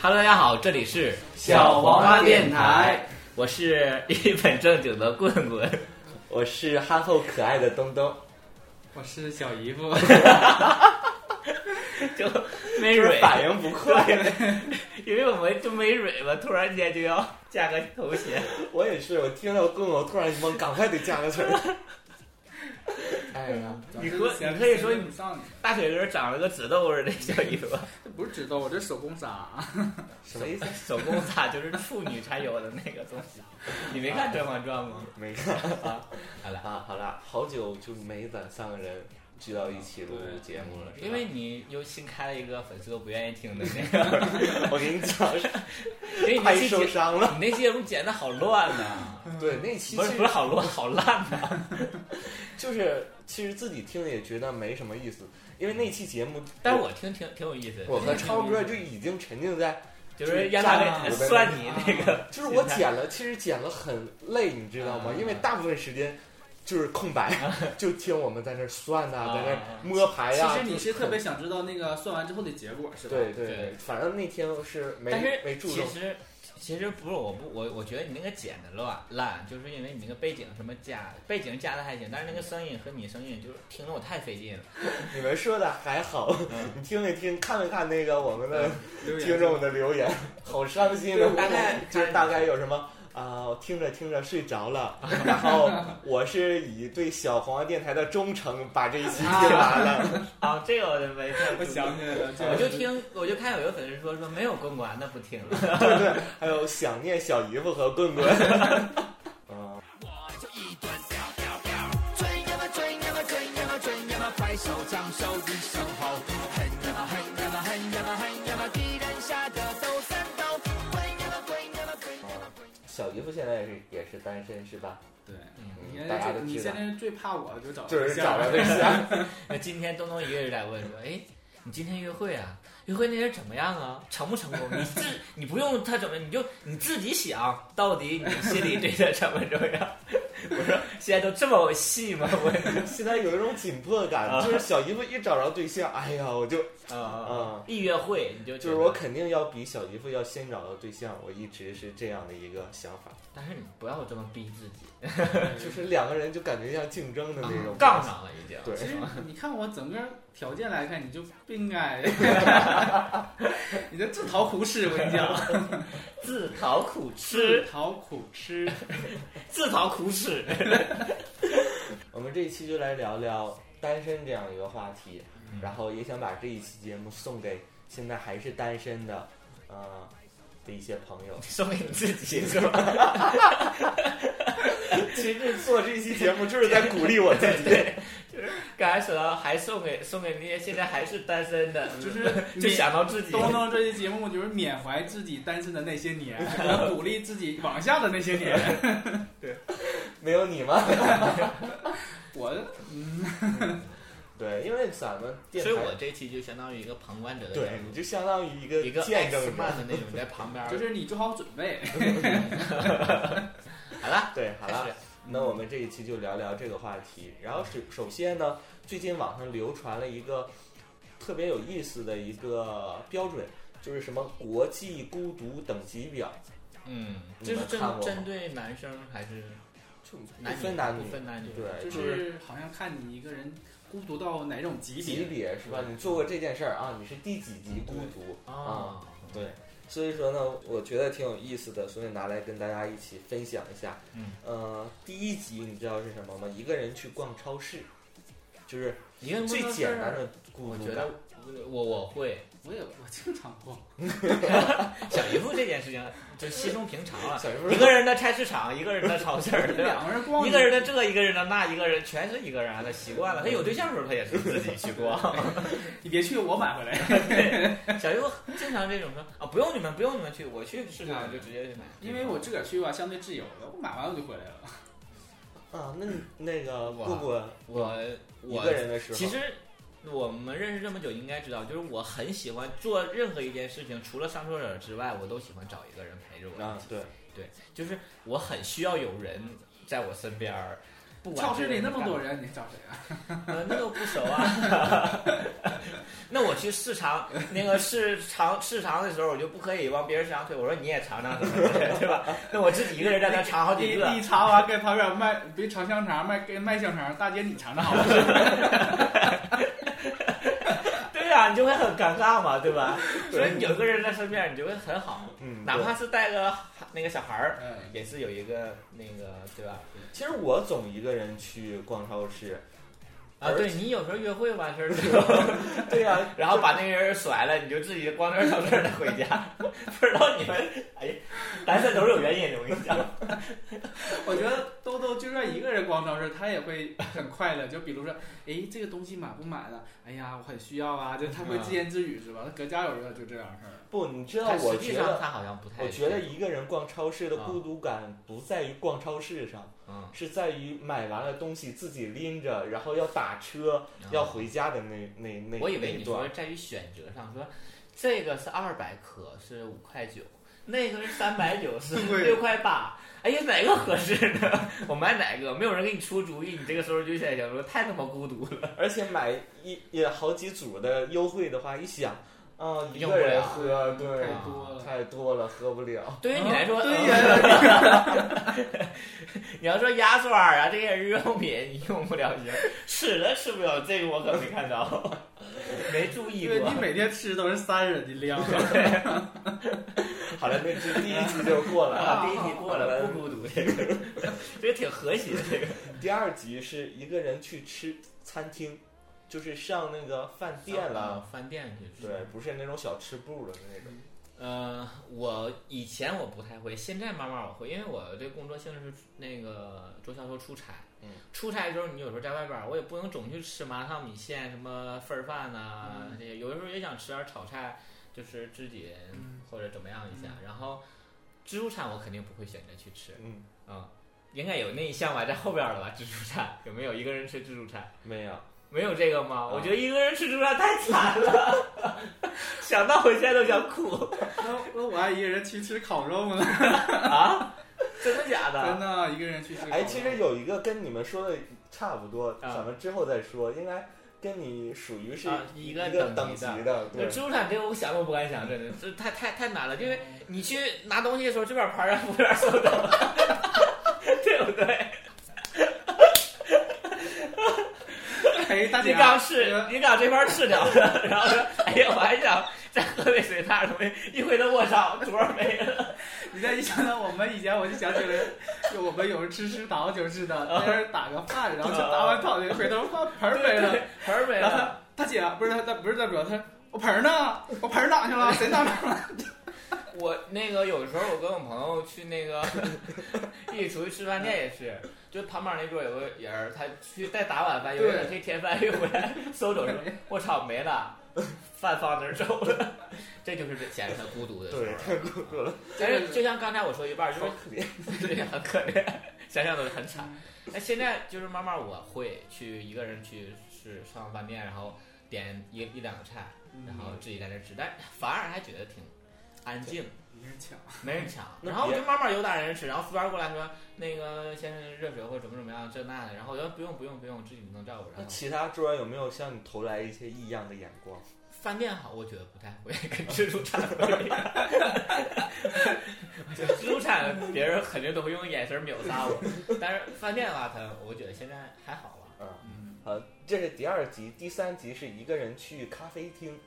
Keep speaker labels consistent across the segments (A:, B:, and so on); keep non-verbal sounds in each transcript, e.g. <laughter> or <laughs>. A: Hello，大家好，这里是
B: 小黄
A: 蛙
B: 蛙电台，
A: 我是一本正经的棍棍。 <laughs>
B: 我是憨厚可爱的东东，
C: 我是小姨夫，
B: <laughs>
A: 就没
B: 就是
A: 蕊，
B: 反应不快。 <laughs>
A: 因为我们就没蕊嘛，突然间就要加个头衔。 <laughs>
B: 我也是，我听到棍棍，我突然懵，赶快得加个词儿。 <laughs> 哎呀，
A: 你
C: <laughs>
A: 说你可以说你
C: 上你，
A: 大腿根儿长了个紫豆似的小尾 <laughs> 巴，
C: 这不是指豆，我这手工纱。
B: 什么意思？
A: 手工擦就是处女才有的那个东西。 <laughs> 你没看《甄嬛传》吗？
B: 没看啊。
A: 好了
B: 啊，好了，好久就没咱三个人聚到一起录节目了，是吧
A: 因为你又新开了一个粉丝都不愿意听的那个，
B: <laughs> 我跟你讲，
A: 因为你
B: 太
A: 那期
B: 受
A: 节
B: 伤
A: <laughs>
B: 了。
A: 你那期节目剪的好乱呐、
B: 对，那期
A: 不
B: <laughs> 其
A: 是
B: 实
A: 不是好乱好烂呐、啊
B: 就是，其实自己听也觉得没什么意思，因为那期节目，
A: 但是我听挺挺有意思的，
B: 我和超哥就已经沉浸在，
A: 就是让他给
B: 啊
A: 算你那个，
B: 就是我剪了，其实剪了很累，你知道吗？
A: 啊
B: 因为大部分时间就是空
A: <laughs>
B: 白，就听我们在那儿算呐、
A: 啊
B: 在那儿摸牌
C: 其
B: 哎呀、
C: 实你
B: 就是
C: 特
B: 很
C: 别想知道那个算完之后的结果是吧？
B: 对对
A: 对
B: 对，反正那天是没
A: 但是
B: 没注
A: 其
B: 重，
A: 实其实不是我不我我觉得你那个剪的乱烂，就是因为你那个背景什么加背景加的还行，但是那个声音和你声音就是听着我太费 <laughs> 劲了。
B: 你们说的还好，
A: 嗯
B: 你听没听看没看那个我们的
C: 留言，
B: 听众的留言，好伤心
A: 对
B: 啊！
A: 大概
B: <laughs> 就是大概有什么。啊、我听着听着睡
A: <laughs>
B: 着了，然后我是以对小黄电台的忠诚把这一期听完了。
A: 啊，这个我就没
B: <laughs>
A: 太
C: 我想起来了，这
A: 我就听我就看有个粉丝说说没有公关那不听了， <laughs>
B: 对对，还有想念小姨夫和棍棍。 <laughs> 嗯，
D: 我就一顿屌屌屌，追呀嘛追呀嘛追呀嘛追呀嘛，拍手掌手一声吼，恨呀嘛恨呀嘛恨呀嘛恨呀嘛，敌人吓得抖三抖，滚呀嘛滚呀嘛滚呀嘛滚。
B: 小姨夫现在也是也是单身是吧？
C: 对，你
B: 嗯，
C: 现
B: 大家
C: 在
B: 都
C: 最你
B: 知道
C: 现，在最怕我的就找
B: 就是
C: 象
B: 找
C: <laughs>
B: 了对象。
A: 那今天东东一个人在问说，哎，你今天约会啊？约会那人怎么样啊？成不成功？你自你不用他怎么，你就你自己想，到底你心里对他怎么怎么样？ <laughs> 我说现在都这么细吗？我
B: <laughs> 现在有一种紧迫感，
A: 啊
B: 就是小姨夫一找着对象，哎呀，我就
A: <laughs> 啊
B: 啊
A: 一约会你就觉
B: 就
A: 得
B: 是我，肯定要比小姨夫要先找到对象，我一直是这样的一个想法，
A: 但是你不要这么逼自己，
B: 就是两个人就感觉像竞争的那种
A: 啊杠上了已经。
B: 对
C: 其实你看我整个条件来看，你就不应
B: <laughs>
C: 该，你这自讨苦吃。我跟你讲，
A: 自讨苦吃
B: <laughs>
C: 自，讨苦吃。
A: 自讨苦吃。。
B: 我们这一期就来聊聊单身这样一个话题，然后也想把这一期节目送给现在还是单身的，呃的一些朋友
A: 送给你自己是
B: <laughs>
A: 吧？
B: 其实做这一期节目就是在鼓励我自己，
A: 刚才说到还送给送给那些现在还是单身的，
B: <laughs>
C: 就是
A: 就想到自己。
C: <laughs> 东东这期节目就是缅怀自己单身的那些年，和鼓励自己往下的那些年。
B: 没有你吗？ <laughs>
A: <laughs>
C: 我
B: 对，因为咱们电
A: 所
B: 台
A: 以，我这期就相当于一个旁观者的
B: 对
A: 角
B: 你
A: 度，
B: 就相当于一个
A: 一个
B: 见证
A: X
B: 者
A: 漫。的那种在旁边儿。
C: 就是你做好准
A: <laughs>
C: 备。
A: 好了，
B: 对，好
A: 开
B: 了
A: 始，。
B: 那我们这一期就聊聊这个话题。然后首首先呢，最近网上流传了一个特别有意思的一个标准，就是什么国际孤独等级表，
A: 嗯，
B: 你
A: 这
B: 们
A: 是
B: 看过
A: 针
B: 吗
A: 针对男生还是
B: 就
A: 男
B: 不分男
A: 女？不
B: 女，
A: 分男女。
C: 就
B: 对，就是
C: 是好像看你一个人孤独到哪种级别。
B: 级别是吧？你做过这件事儿啊，你是第几级孤独啊？
A: 啊，
B: 对，所以说呢，我觉得挺有意思的，所以拿来跟大家一起分享一下。
A: 嗯，
B: 呃，第一集你知道是什么吗？一个人去逛超市，就是
A: 一个人
B: 最
A: 工作
B: 简
A: 室
B: 单，的孤
A: 我
B: 独
A: 觉
B: 感
A: 得。我我会
C: 我也我经常逛，
A: 小姨夫这件事情就稀松平常了。
B: 小时候
A: 一个人的菜市场，一个人的超市儿， <laughs> 对吧？
C: 两个人逛
A: 一个人的这，一个人的那，一个人全是一个人，啊他习惯了。他有对象的时候，他也是自己去 <laughs> 逛。
C: 你别去，我买回来。
A: 小姨夫经常这种说啊，不用你们，不用你们去，我去市场就直接去买。
C: 因为我自个儿去吧，相对自由了，我买完我就回来了。
B: 啊，那你那个
A: 哇
B: 过过
A: 我
B: 一
A: 我
B: 个人的时候，
A: 其实我们认识这么久，应该知道，就是我很喜欢做任何一件事情，除了上厕所之外，我都喜欢找一个人陪着我。
B: 啊，对，
A: 就是我很需要有人在我身边儿，不管
C: 超
A: 这
C: 市
A: 个
C: 里那
A: 干
C: 么
A: 嘛
C: 多人，你找谁啊？
A: 呃，那个不熟啊。 <laughs> 那我去市场，那个市场市场的时候，我就不可以往别人身上推。我说你也尝尝，对吧？那我自己一个人在那尝好几
C: 你
A: 个
C: 你，尝完给旁边卖，别尝香肠，卖给卖香肠，大姐你尝尝好不好？ <laughs>
A: 对啊呀、你就会很尴尬嘛，对 <laughs> 吧？所以有个人在身边，你就会很好，
B: 嗯，
A: 哪
B: 对
A: 怕是带个那个小孩儿，
C: 嗯
A: 也是有一个那个，对吧？
B: 其实我总一个人去逛超市，
A: 啊，
B: 而
A: 对你有时候约会完事儿之后，
B: 对啊呀、
A: <laughs> 然后把那个人甩了，你就自己光着小腿儿的回家， <laughs> 不知道你们哎呀，单身都是有原因的，我跟你讲。
C: 我觉得兜兜就算一个人逛超市，他也会很快乐。就比如说，哎，这个东西买不买了？哎呀，我很需要啊！就他会自言自语是吧？他搁家有时候就这样事儿。
B: 不，你知道
A: 但
B: 我
A: 实际
B: 觉
A: 上
B: 得，
A: 他好像不太。
B: 我觉得，一个人逛超市的
A: 啊
B: 孤独感不在于逛超市上，
A: 嗯，
B: 是在于买完了东西自己拎着，然后要打车
A: 啊
B: 要回家的那那那
A: 我以为
B: 那
A: 你
B: 一
A: 说
B: 段。
A: 在于选择上，说这个是二百克是五块九，那个是三百九
B: <laughs>
A: 是
C: 对
A: 六块八，哎呀，哪个合适呢？ <laughs> 我买哪个？没有人给你出主意，你这个时候就在想说，太他妈孤独了。
B: 而且买一也好几组的优惠的话，一想啊，一
A: 用不
B: 个人
A: 了啊
B: 喝， <laughs> 对
C: 太，
B: 啊
C: 多了。
B: 太多了，喝不了。
A: 对于你来说，
C: 啊对
A: 嗯
B: <laughs>
C: 呀，
A: <laughs> 你要说牙刷啊这些日用品，你用不了行，吃了吃不了，这个我可没看着，没注意
C: 对
A: 过
C: 你。每天吃都是三人的量。
B: 好了，那这第一集就过了啊。
A: 啊，第一题过了，不孤独这
B: <laughs>
A: 个，这个挺和谐的这个。
B: 第二集是一个人去吃餐厅，就是上那个饭店了，
A: 啊，饭店去吃。
B: 对，不是那种小吃部的那种。
A: 呃，我以前我不太会，现在慢慢我会，因为我这工作性质是那个做销售出差。
B: 嗯，
A: 出差的时候你有时候在外边儿，我也不能总去吃麻辣烫、米线、什么份儿饭呐、
B: 嗯
A: 这些有的时候也想吃点儿炒菜，就是自己
C: 嗯
A: 或者怎么样一下。然后自助餐我肯定不会选择去吃，
B: 嗯，
A: 嗯，应该有那一项吧，在后边儿了吧？自助餐有没有一个人吃自助餐？
B: 没有。
A: 没有这个吗？
B: 啊
A: 我觉得一个人吃自助餐太惨了， <laughs> 想到我现在都想哭
C: 那那我还一个人去吃烤肉呢，
A: 啊！真的假的？
C: 真的一个人去吃烤肉。
B: 啊哎，其实有一个跟你们说的差不多，
A: 啊
B: 咱们之后再说，应该跟你属于是
A: 啊
B: 一
A: 一个
B: 等
A: 等
B: 级
A: 级的
B: 的，
A: 那
B: 对
A: 自助餐这个我想都不敢想，真的，这太太太难了。因为你去拿东西的时候，这边盘让服务员收走， <laughs> 对不对？
C: 哎，大
A: 你
C: 姐啊，
A: 刚吃
C: 呃，
A: 你刚这盘吃掉了，然后说， <laughs> 哎呀，我还想再喝杯水烫什么，一回头我操， <laughs> 桌儿没了。
C: 你再一想到我们以前，我就想起来，就我们有人吃食堂就是的，在那儿打个饭，然后
B: 啊
C: 就打完饭，回头饭盆儿没了。
A: 对，盆儿没
C: 然后
A: 了。
C: 他大姐不是他，他不是代表他，我盆儿呢？我盆儿哪去了？谁拿走 <laughs> 了？
A: 我那个有时候我跟我朋友去那
B: <laughs>
A: 个一起出去吃饭店也是，就旁边那桌有个人儿，他去再打碗饭，有个人黑添饭又回来收走说，
B: <laughs>
A: 我操没了，饭放那儿走了，这就是显示他孤独的时候。
B: 对， <laughs> 太孤独了，
A: 但是就像刚才我说一半儿，就
B: <laughs> 好可怜。啊
A: 是对很可怜，想想都是很惨。那现在就是慢慢我会去一个人去吃上饭店，然后点一一两个菜，然后自己在那儿吃，但反而还觉得挺安静。
C: 一人抢，
A: 没人抢，
B: 那
A: 然后我
B: 别
A: 就慢慢有打人吃，然后服务员过来说那个先生热水或者怎么怎么样这那的，然后我说不用不用不用，自己能照顾。
B: 那
A: 然后
B: 其他桌有没有向你投来一些异样的眼光？
A: 饭店好，我觉得不太会跟自助餐不一样， <laughs> 我觉得自助餐别人肯定都会用眼神秒杀我，但是饭店的话，他我觉得现在还好吧。
B: 嗯，
C: 嗯，
B: 好，这是第二集，第三集是一个人去咖啡厅。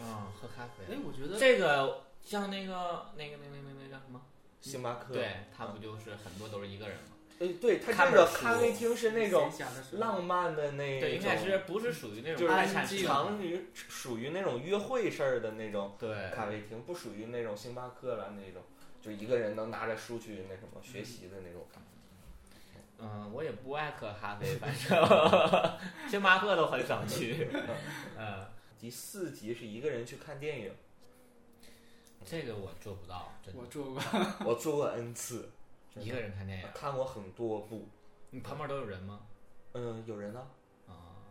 A: 嗯，喝咖
C: 哎
A: 啡，，
C: 我觉得
A: 这个像那个那个那个那个那个叫什么？
B: 星巴克，
A: 对，他不就是很多都是一个人吗？
B: 哎，对，它
A: 看
B: 这
A: 本
B: 个
A: 书
B: 咖啡厅是那种
C: 谁想的是
B: 浪漫的那
A: 对，应该
B: 种
A: 是不是属于那
B: 就
A: 种
B: 是
A: 快餐式的
B: 常于属于那种约会事儿的那种
A: 对，
B: 咖啡厅，不属于那种星巴克了那种，就一个人能拿着书去那什么学习的那种咖啡
A: 嗯，我也不爱喝咖啡，反正 <laughs> 星巴克都很少 <laughs> 去。嗯，
B: 第四集是一个人去看
A: <laughs>
B: 电影，
A: 这个我做不到，真
C: 我
A: 的。
C: 做过，
B: 我做过 N 次，真的
A: 一个人看电影，
B: 看过很多部，
A: 你旁边都有人吗？
B: 嗯，有人啊。
A: 啊，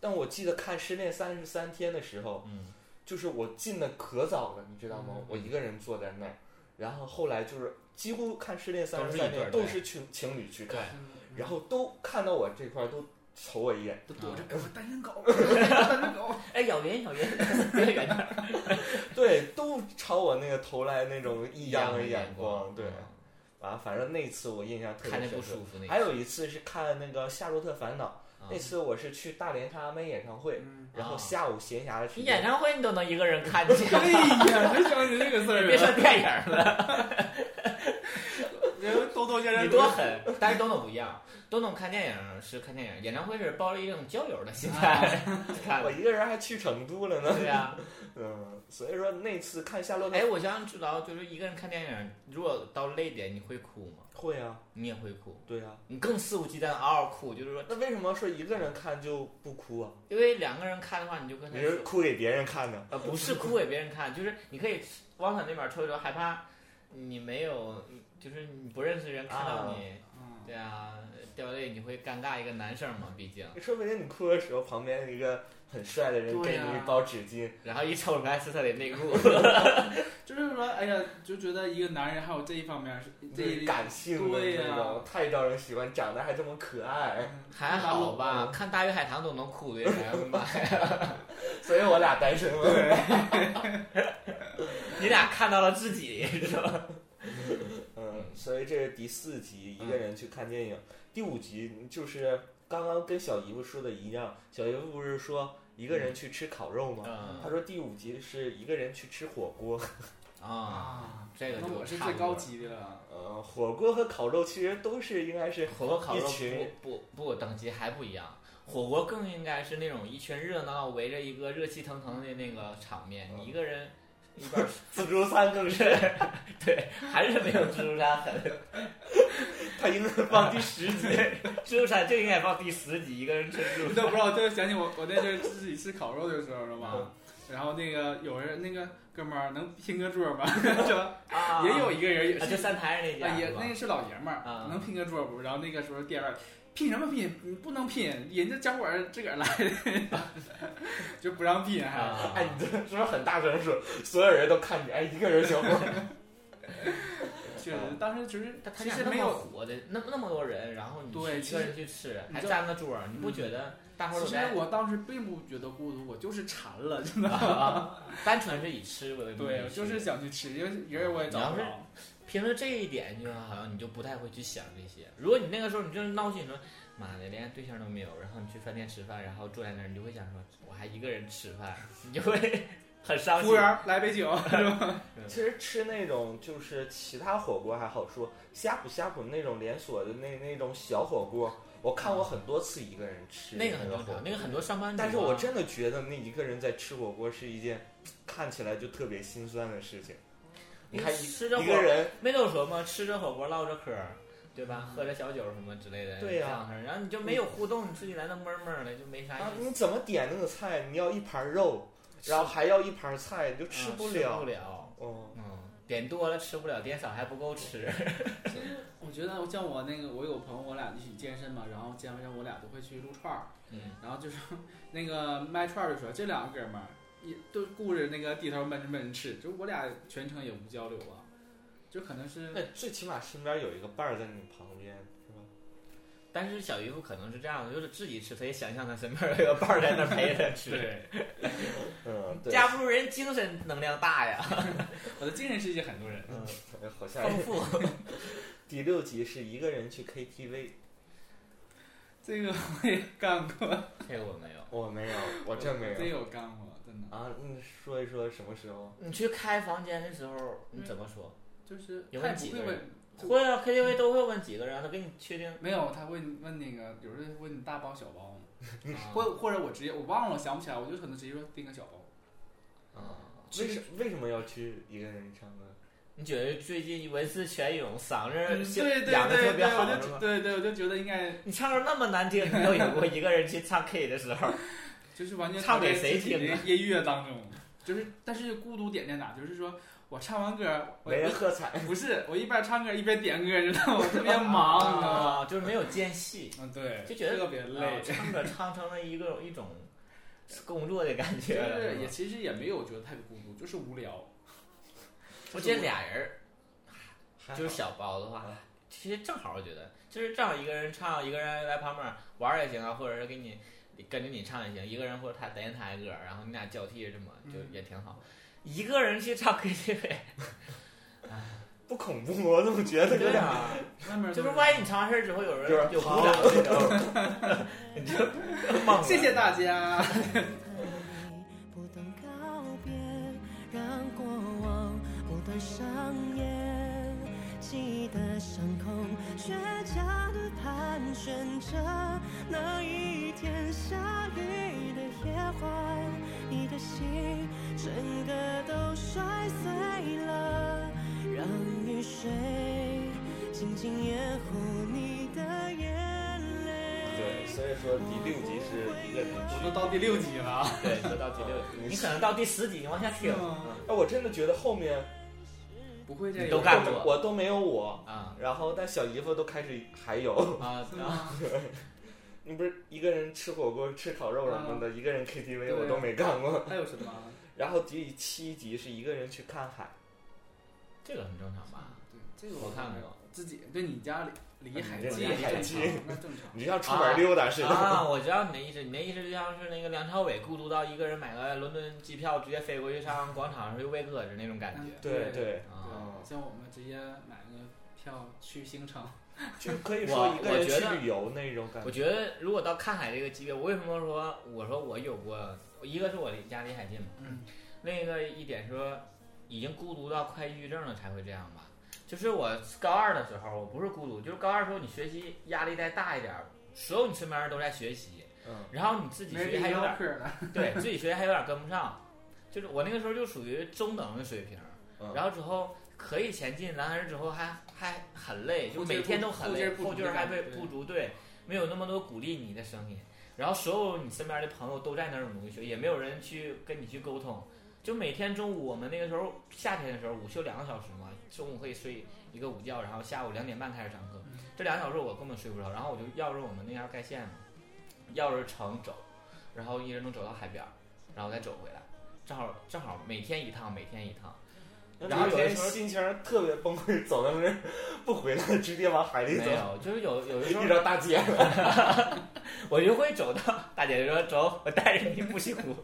B: 但我记得看《失恋三十三天》的时候，
A: 嗯，
B: 就是我进的可早了，你知道吗？
A: 嗯
B: 我一个人坐在那儿，然后后来就是几乎看《失恋三
A: 都
B: 十
A: 是一
B: 三
A: 对
B: 天》
A: 儿
B: 都
A: 对
C: 哎 <laughs>
B: 是情情侣去看
A: 对，
B: 然后嗯都看到我这块儿都瞅我
A: <laughs>
B: 一眼，
C: 都躲着狗，单身
B: <laughs>
C: 狗，单身狗，
A: 哎，咬人咬 <laughs> 人，别远点儿，
B: 对，都朝我那个投来那种异样的眼光，
A: 光，
B: 对。啊，反正那次我印象特
A: 嗯看
B: 别
A: 着不
B: 深刻。
A: 舒服那嗯
B: 还有一次是看那个《夏洛特烦恼》，那次我是去大连看阿妹演唱会，
C: 嗯
B: 然后
A: 啊
B: 下午闲暇的时
A: 你
B: 间，
A: 演唱会你都能一个人 <laughs> 看去，
C: 哎呀，真想起这个事儿啊
A: 别说
C: 了。
A: 电影 <laughs> 了，
C: 人家兜兜现在
A: 你多狠！但是东东不一样，东东看电影是看电影，演唱会是抱着一种交友的心态 <laughs> 看
B: 我
A: 的。
B: 一个人还去成都了
A: <laughs>
B: 呢。
A: 对啊呀、
B: 嗯，所以说那次看夏洛特
A: 哎，我想知道，就是一个人看电影，如果到泪点，你会哭吗？
B: 会啊，
A: 你也会哭，
B: 对啊。
A: 你更肆无忌惮地嗷嗷哭，就是说，
B: 那为什么说一个人看就不哭啊？
A: 因为两个人看的话，你就跟他
B: 你是
A: 说，
B: 哭给别人看的？
A: 呃，不是哭给别人看，就是你可以往他那边抽一抽，害怕你没有，就是你不认识人看到你，
C: 嗯
A: 对啊，掉泪你会尴尬，一个男生嘛，毕竟，
B: 说不定你哭的时候，旁边一个很帅的人
C: 对
B: 给
A: 啊
C: 呀
B: 你一包纸巾，
A: 然后一抽出来是他的内裤，
C: 就是说，哎呀，就觉得一个男人还有这一方面是这
B: 就是
C: 一
B: 感性的
C: 对
B: 那
C: 呀
B: 种， <laughs> 太招人喜欢，长得还这么可爱，
A: 还好吧？看《大鱼海棠》都能哭的人，妈呀！
B: 所以我俩单身了。
A: <laughs> 你俩看到了自己是吧？
B: 嗯，所以这是第四集，一个人去看电影。第五集就是刚刚跟小姨夫说的一样，小姨夫不是说一个人去吃烤肉吗？
A: 嗯
B: 他说第五集是一个人去吃火锅。
A: 啊，
C: 啊，
A: 这个
C: 那
A: 就
C: 我是
A: 差不
C: 最
A: 多
C: 高级的了。
B: 呃，火锅和烤肉其实都是应该是
A: 火锅烤肉
B: 一群
A: 不不不等级还不一样，火锅更应该是那种一群热闹围着一个热气腾腾的那个场面，
B: 嗯
A: 你一个人一半儿
B: 自助餐更是，
A: <laughs> 对，还是没有自助餐狠，
B: 他应该
C: 啊
B: 放第十集。
A: 自助餐就应该放第十集，一个人吃自
C: 你
A: 助
C: 都
A: 餐
C: 不知道，就是想起我我那阵儿自己吃烤肉的时候了嘛
A: 嗯。
C: 然后那个有人那个哥们儿能拼个桌吗？ <laughs> 就
A: 啊，
C: 也有一个人也
A: 啊，就是三台上那
C: 啊
A: 家
C: 也
A: 是吧
C: 那是老爷们儿
A: 啊，
C: 能拼个桌不？然后那个时候店外拼什么拼？你不能拼，人家小伙儿自个儿来的， <laughs> 就不让拼还。
A: 啊，
B: 哎，你这是不是很大声说？所有人都看你，哎，一个人小伙儿。
C: 确实，当时其实
A: 啊他他
C: 其
A: 俩
C: 实
A: 那
C: 没
A: 么
C: 有，
A: 火的，那那么多人，然后你
C: 对
A: 一
C: 其
A: 个
C: 实
A: 人去吃，
C: 你
A: 还
C: 知道
A: 占个桌儿，你不
C: 嗯
A: 觉得大伙儿
C: 其
A: 都
C: 实
A: 在
C: 我当时并不觉得孤独，我就是馋了， <laughs> 真的。
A: <laughs> 啊单纯是以吃为目的
C: 对，我
A: 去
C: 就是想去吃，因为人儿我也找不
A: 你要
C: 着。
A: 凭着这一点，就好像你就不太会去想这些。如果你那个时候你就是闹心，你说妈的连对象都没有，然后你去饭店吃饭，然后坐在那儿，你就会想说我还一个人吃饭，你就会 <laughs> 很伤
B: <laughs>
C: 服务
A: 心
C: 员。儿来杯酒， <laughs> 是吧？
B: 其实吃那种就是其他火锅还好说，呷哺呷哺那种连锁的那那种小火锅，我看过很多次一个人吃
A: 嗯那个很
B: 个
A: 正
B: 火锅
A: 常，那个很多上班族啊、
B: 但是我真的觉得那一个人在吃火锅是一件看起来就特别心酸的事情。你看一
A: 吃着火
B: 一个人，
A: 没有什么，吃着火锅唠着嗑儿，对吧？喝着小酒什么之类的，
B: 对呀
A: 这样式儿然后你就没有互动，你自己在那闷儿闷儿的，就没啥
B: 啊，
A: 意
B: 你
A: 思，
B: 怎么点那个菜？你要一盘肉，然后还要一盘菜，你就
A: 嗯
B: 吃不
A: 吃
B: 了。
A: 不了，
B: 哦，
A: 嗯，点多了吃不了，点少还不够吃，
C: 我觉得像我那个，我有朋友，我俩一起健身嘛，然后健完身我俩都会去撸串儿，
A: 嗯。
C: 然后就是那个卖串儿的时候，这两个哥们儿也都顾着那个低头闷着闷着吃，就我俩全程也无交流啊，就可能是
B: 那最起码身边有一个伴儿在你旁边，是吧？
A: 但是小姨夫可能是这样的，就是自己吃，他也想象他身边有个伴儿在那陪着他吃，
C: 对
B: 嗯，对。
A: 架不住人精神能量大呀，
C: 我的精神世界很
A: <laughs>
C: 多人，
B: 嗯，哎好吓
A: 丰
B: 人。
A: 富。
B: 第六集是一个人去 KTV，
C: 这个我也干过，
A: <laughs> 这个我没有。
B: <laughs> 我没有，我真没有。
C: 真有干过，真的
B: 啊，你说一说什么时候？
A: 你去开房间的时候，你怎么说？
C: 就是
A: 有
C: 他也
A: 问几
C: 不会
A: 个人
C: 问，就
A: 会啊，KTV 都会问几个人，他给你确定。
C: 没有他会问那个，有时候问你大包小包嘛，
A: 啊
C: 或或者我直接我忘了，我想不起来，我就可能直接说订个小包。
A: 啊
B: 为什为什么要去一个人唱歌？
A: 你觉得最近文思泉涌，嗓
C: 嗯
A: 子
C: 对对对
A: 养的特别
C: 对，
A: 好
C: 我
A: 是
C: 就
A: 吧？
C: 对对，我就觉得应该
A: 你唱歌那么难听，你都有过一个人去唱 K 的时
C: <laughs>
A: 候，
C: 就是完全
A: 唱给谁听啊
C: 的音乐当中，就是但是孤独点在哪？就是说我唱完歌，我
B: 没人喝
C: <laughs>
B: 彩。
C: 不是我一边唱歌一边点歌，知道吗？我特
A: <laughs>
C: 别忙，你知道吗？
A: 啊，就是没有间隙，
C: 嗯，对，
A: 啊就觉得
C: 特别累
A: 啊，唱歌唱成了一个一种工作的感
C: 就
A: 觉了。
C: 是
A: 吧
C: 也其实也没有觉得太孤独，就是无聊。
A: 我记得俩人儿，
B: 还好
A: 就是小包的话
B: 嗯，
A: 其实正好，我觉得就是正好一个人唱，一个人来旁边玩儿也行啊，或者是给你跟着你唱也行，一个人或者他点他一个，然后你俩交替着嘛，就
C: 嗯
A: 也挺好。一个人去唱 KTV，
C: <laughs>
B: 不恐怖吗？我怎么觉得有
A: 对
B: 点
A: 啊，
C: 外面
A: 就是万一你尝完事儿之后有人
B: 就是
A: 有鼓掌的时候，你就懵了。
C: <laughs> 谢谢大家。
E: 不等告别，让过往不断上演。记得上空雪茄的盘旋着，那一天下雨的夜晚，你的心整个都摔碎了，让雨水静静掩护你的眼泪。
B: <laughs> 对，所以说第六集是一个人
C: 我
B: 去
C: 都到第六集了啊，
A: 对，就到第六，你可能到第十集，你往下听
C: 是吗
B: 哎，我真的觉得后面
C: 不会再有
A: 都干过
B: 我我都没有我，
A: 啊
B: 然后但小姨夫都开始还有， <laughs>
A: 啊
C: 是
A: 啊！
C: 吗？
B: 你不是一个人吃火锅、吃烤肉什么的，一个人 KTV 我都没干过。
C: 还有什么？
B: 然后第七集是一个人去看海，
A: 这个很正常吧？
C: 对，这个
A: 我看过。
C: 自己对你家离离海
B: 你这
C: 近，
B: 离海
C: 正
B: 近
C: 常那正
A: <laughs>
C: 常。
B: 你就像出门溜达似的。
A: 啊，我知道你的意思，你的意思就像是那个梁朝伟孤独到一个人买个伦敦机票，直接飞过去上广场上去喂鸽子那种感
C: 嗯
A: 觉
B: <laughs> 对对，
A: 啊。
B: 嗯
C: 像我们直接买个票去新城，
B: 就可以说一个
A: 我
B: 人
A: 觉
B: 去
A: 得
B: 旅游那种感
A: 我。觉得如果到看海这个级别，我为什么说我说我有过，一个是我离家离海近嘛，
C: 嗯，
A: 另一个一点说已经孤独到快抑郁症了才会这样吧。就是我高二的时候，我不是孤独，就是高二的时候你学习压力再大一点儿，所有你身边人都在学习，
B: 嗯，
A: 然后你自己
C: 没
A: 学习
C: 人
A: 还有点
C: 吆喝了。
A: 对自己学习还有点跟不上，就是我那个时候就属于中等的水平，
B: 嗯
A: 然后之后可以前进，然而之后还还很累，就
C: 后劲儿
A: 每
C: 不
A: 天都很累，
C: 后
A: 后
C: 劲
A: 劲
C: 儿不足的
A: 儿还
C: 感觉
A: 被不足，对，没有那么多鼓励你的声音，然后所有你身边的朋友都在那儿努力学，也没有人去跟你去沟通。就每天中午，我们那个时候夏天的时候午休两个小时嘛，中午可以睡一个午觉，然后下午两点半开始上课
C: 嗯。
A: 这两个小时我根本睡不着，然后我就绕着我们那条盖线嘛，绕着城走，然后一直能走到海边儿，然后再走回来，正好正好每天一趟，每天一趟。然后
B: 有
A: 有的
B: 天
A: 时候
B: 心情特别崩溃，走到那儿不回来，直接往海里
A: 没
B: 走，
A: 有，就是有有的时候
B: 遇到大姐了。
A: 我就会走到大姐就说走，我带着你不西湖。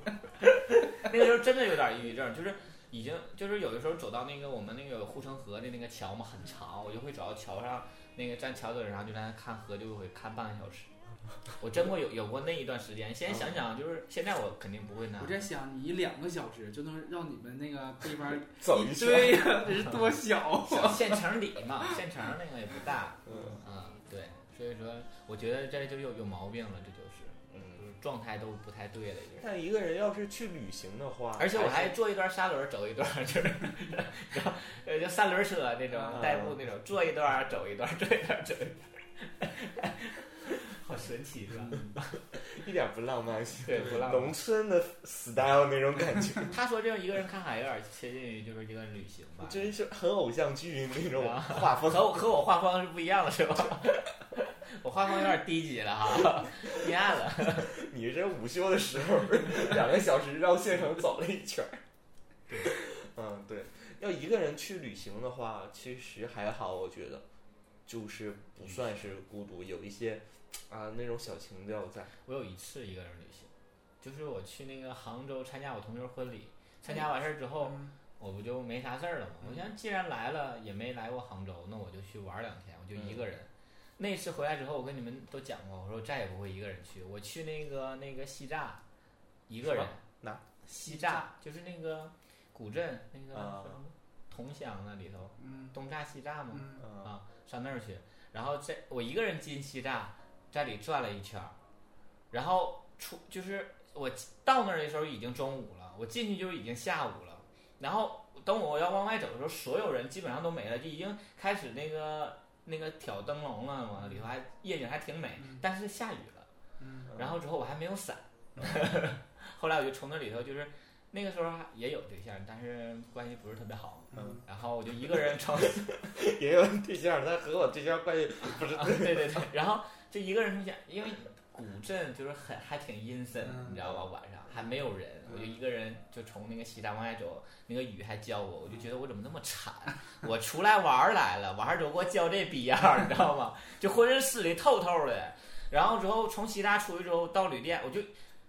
A: 那个时候真的有点抑郁症，就是已经就是有的时候走到那个我们那个护城河的那个桥嘛，很长，我就会走到桥上那个站桥墩儿上就在那看河，就会看半个小时。我真过有有过那一段时间，现在想想就是现在我肯定不会那样
C: 我。在想，你两个小时就能让你们那个地方
B: 走一圈
C: 对呀，这是
A: <laughs>
C: 多小
A: 小县城里嘛，县城那个也不大，
B: 嗯
A: 嗯，对，所以说我觉得这就有有毛病了，这就是
B: 嗯，
A: 就是状态都不太对了，就是。
B: 但一个人要是去旅行的话，
A: 而且我
B: 啊还
A: 还
B: 是
A: 坐一段沙轮儿走一段儿，就是，然后呃就三轮车那种
B: 啊
A: 代步那种，坐一段儿走一段儿，坐一段儿走一段儿， <laughs> 好神奇是吧？
B: 一点不浪漫性，
A: 对不浪漫
B: 农村的 style 那种
A: <laughs>
B: 感觉，
A: 他说这样一个人看海有点接近于就是一个旅行吧，
B: 真是很偶像剧那种
A: 啊
B: 画风。
A: 和我和我画风是不一样的是吧？ <laughs> 我画风有点低级了哈，阴暗了。
B: 你这午休的时候两个小时绕县城走了一圈儿。嗯，对，要一个人去旅行的话，其实还好，我觉得就是不算是孤独，有一些啊那种小情调在。
A: 我有一次一个人旅行，就是我去那个杭州参加我同学婚礼，参加完事儿之后，我不就没啥事儿了吗？
B: 嗯
A: 我想既然来了，也没来过杭州，那我就去玩儿两天，我就
B: 嗯
A: 一个人。那次回来之后，我跟你们都讲过，我说我再也不会一个人去。我去那个那个西栅，一个人
B: 什么。哪？
A: 西栅就是那个古镇那个
B: 啊
A: 叫什么桐乡那里头，
C: 嗯
A: 东栅西栅嘛。
C: 嗯，
B: 嗯，
A: 啊，上那儿去，然后在我一个人进西栅，在里转了一圈儿，然后出就是我到那儿的时候已经中午了，我进去就已经下午了，然后等我要往外走的时候，所有人基本上都没了，就已经开始那个那个挑灯笼了嘛，里头还夜景还挺美
C: 嗯，
A: 但是下雨了，
C: 嗯
A: 然
B: <laughs>
A: 后之后我还没有伞， <laughs> 后来我就从那里头就是那个时候还也有对象，但是关系不是特别好，
B: 嗯
A: 然后我就一个人从。
B: 也有对象，他和我对象关系不
A: <laughs>
B: 是
A: 啊，对对对，然后就一个人出现，因为古镇就是很还挺阴森，
C: 嗯
A: 你知道吧？晚上还没有人，我
B: 嗯
A: 就一个人就从那个西山往外走，那个雨还浇我，我就
B: 嗯
A: 觉得我怎么那么惨？我出来玩儿来了，完事儿就给我浇这逼样儿，你知道吗？就浑身湿的透透的。然后之后从西大出去之后到旅店，我就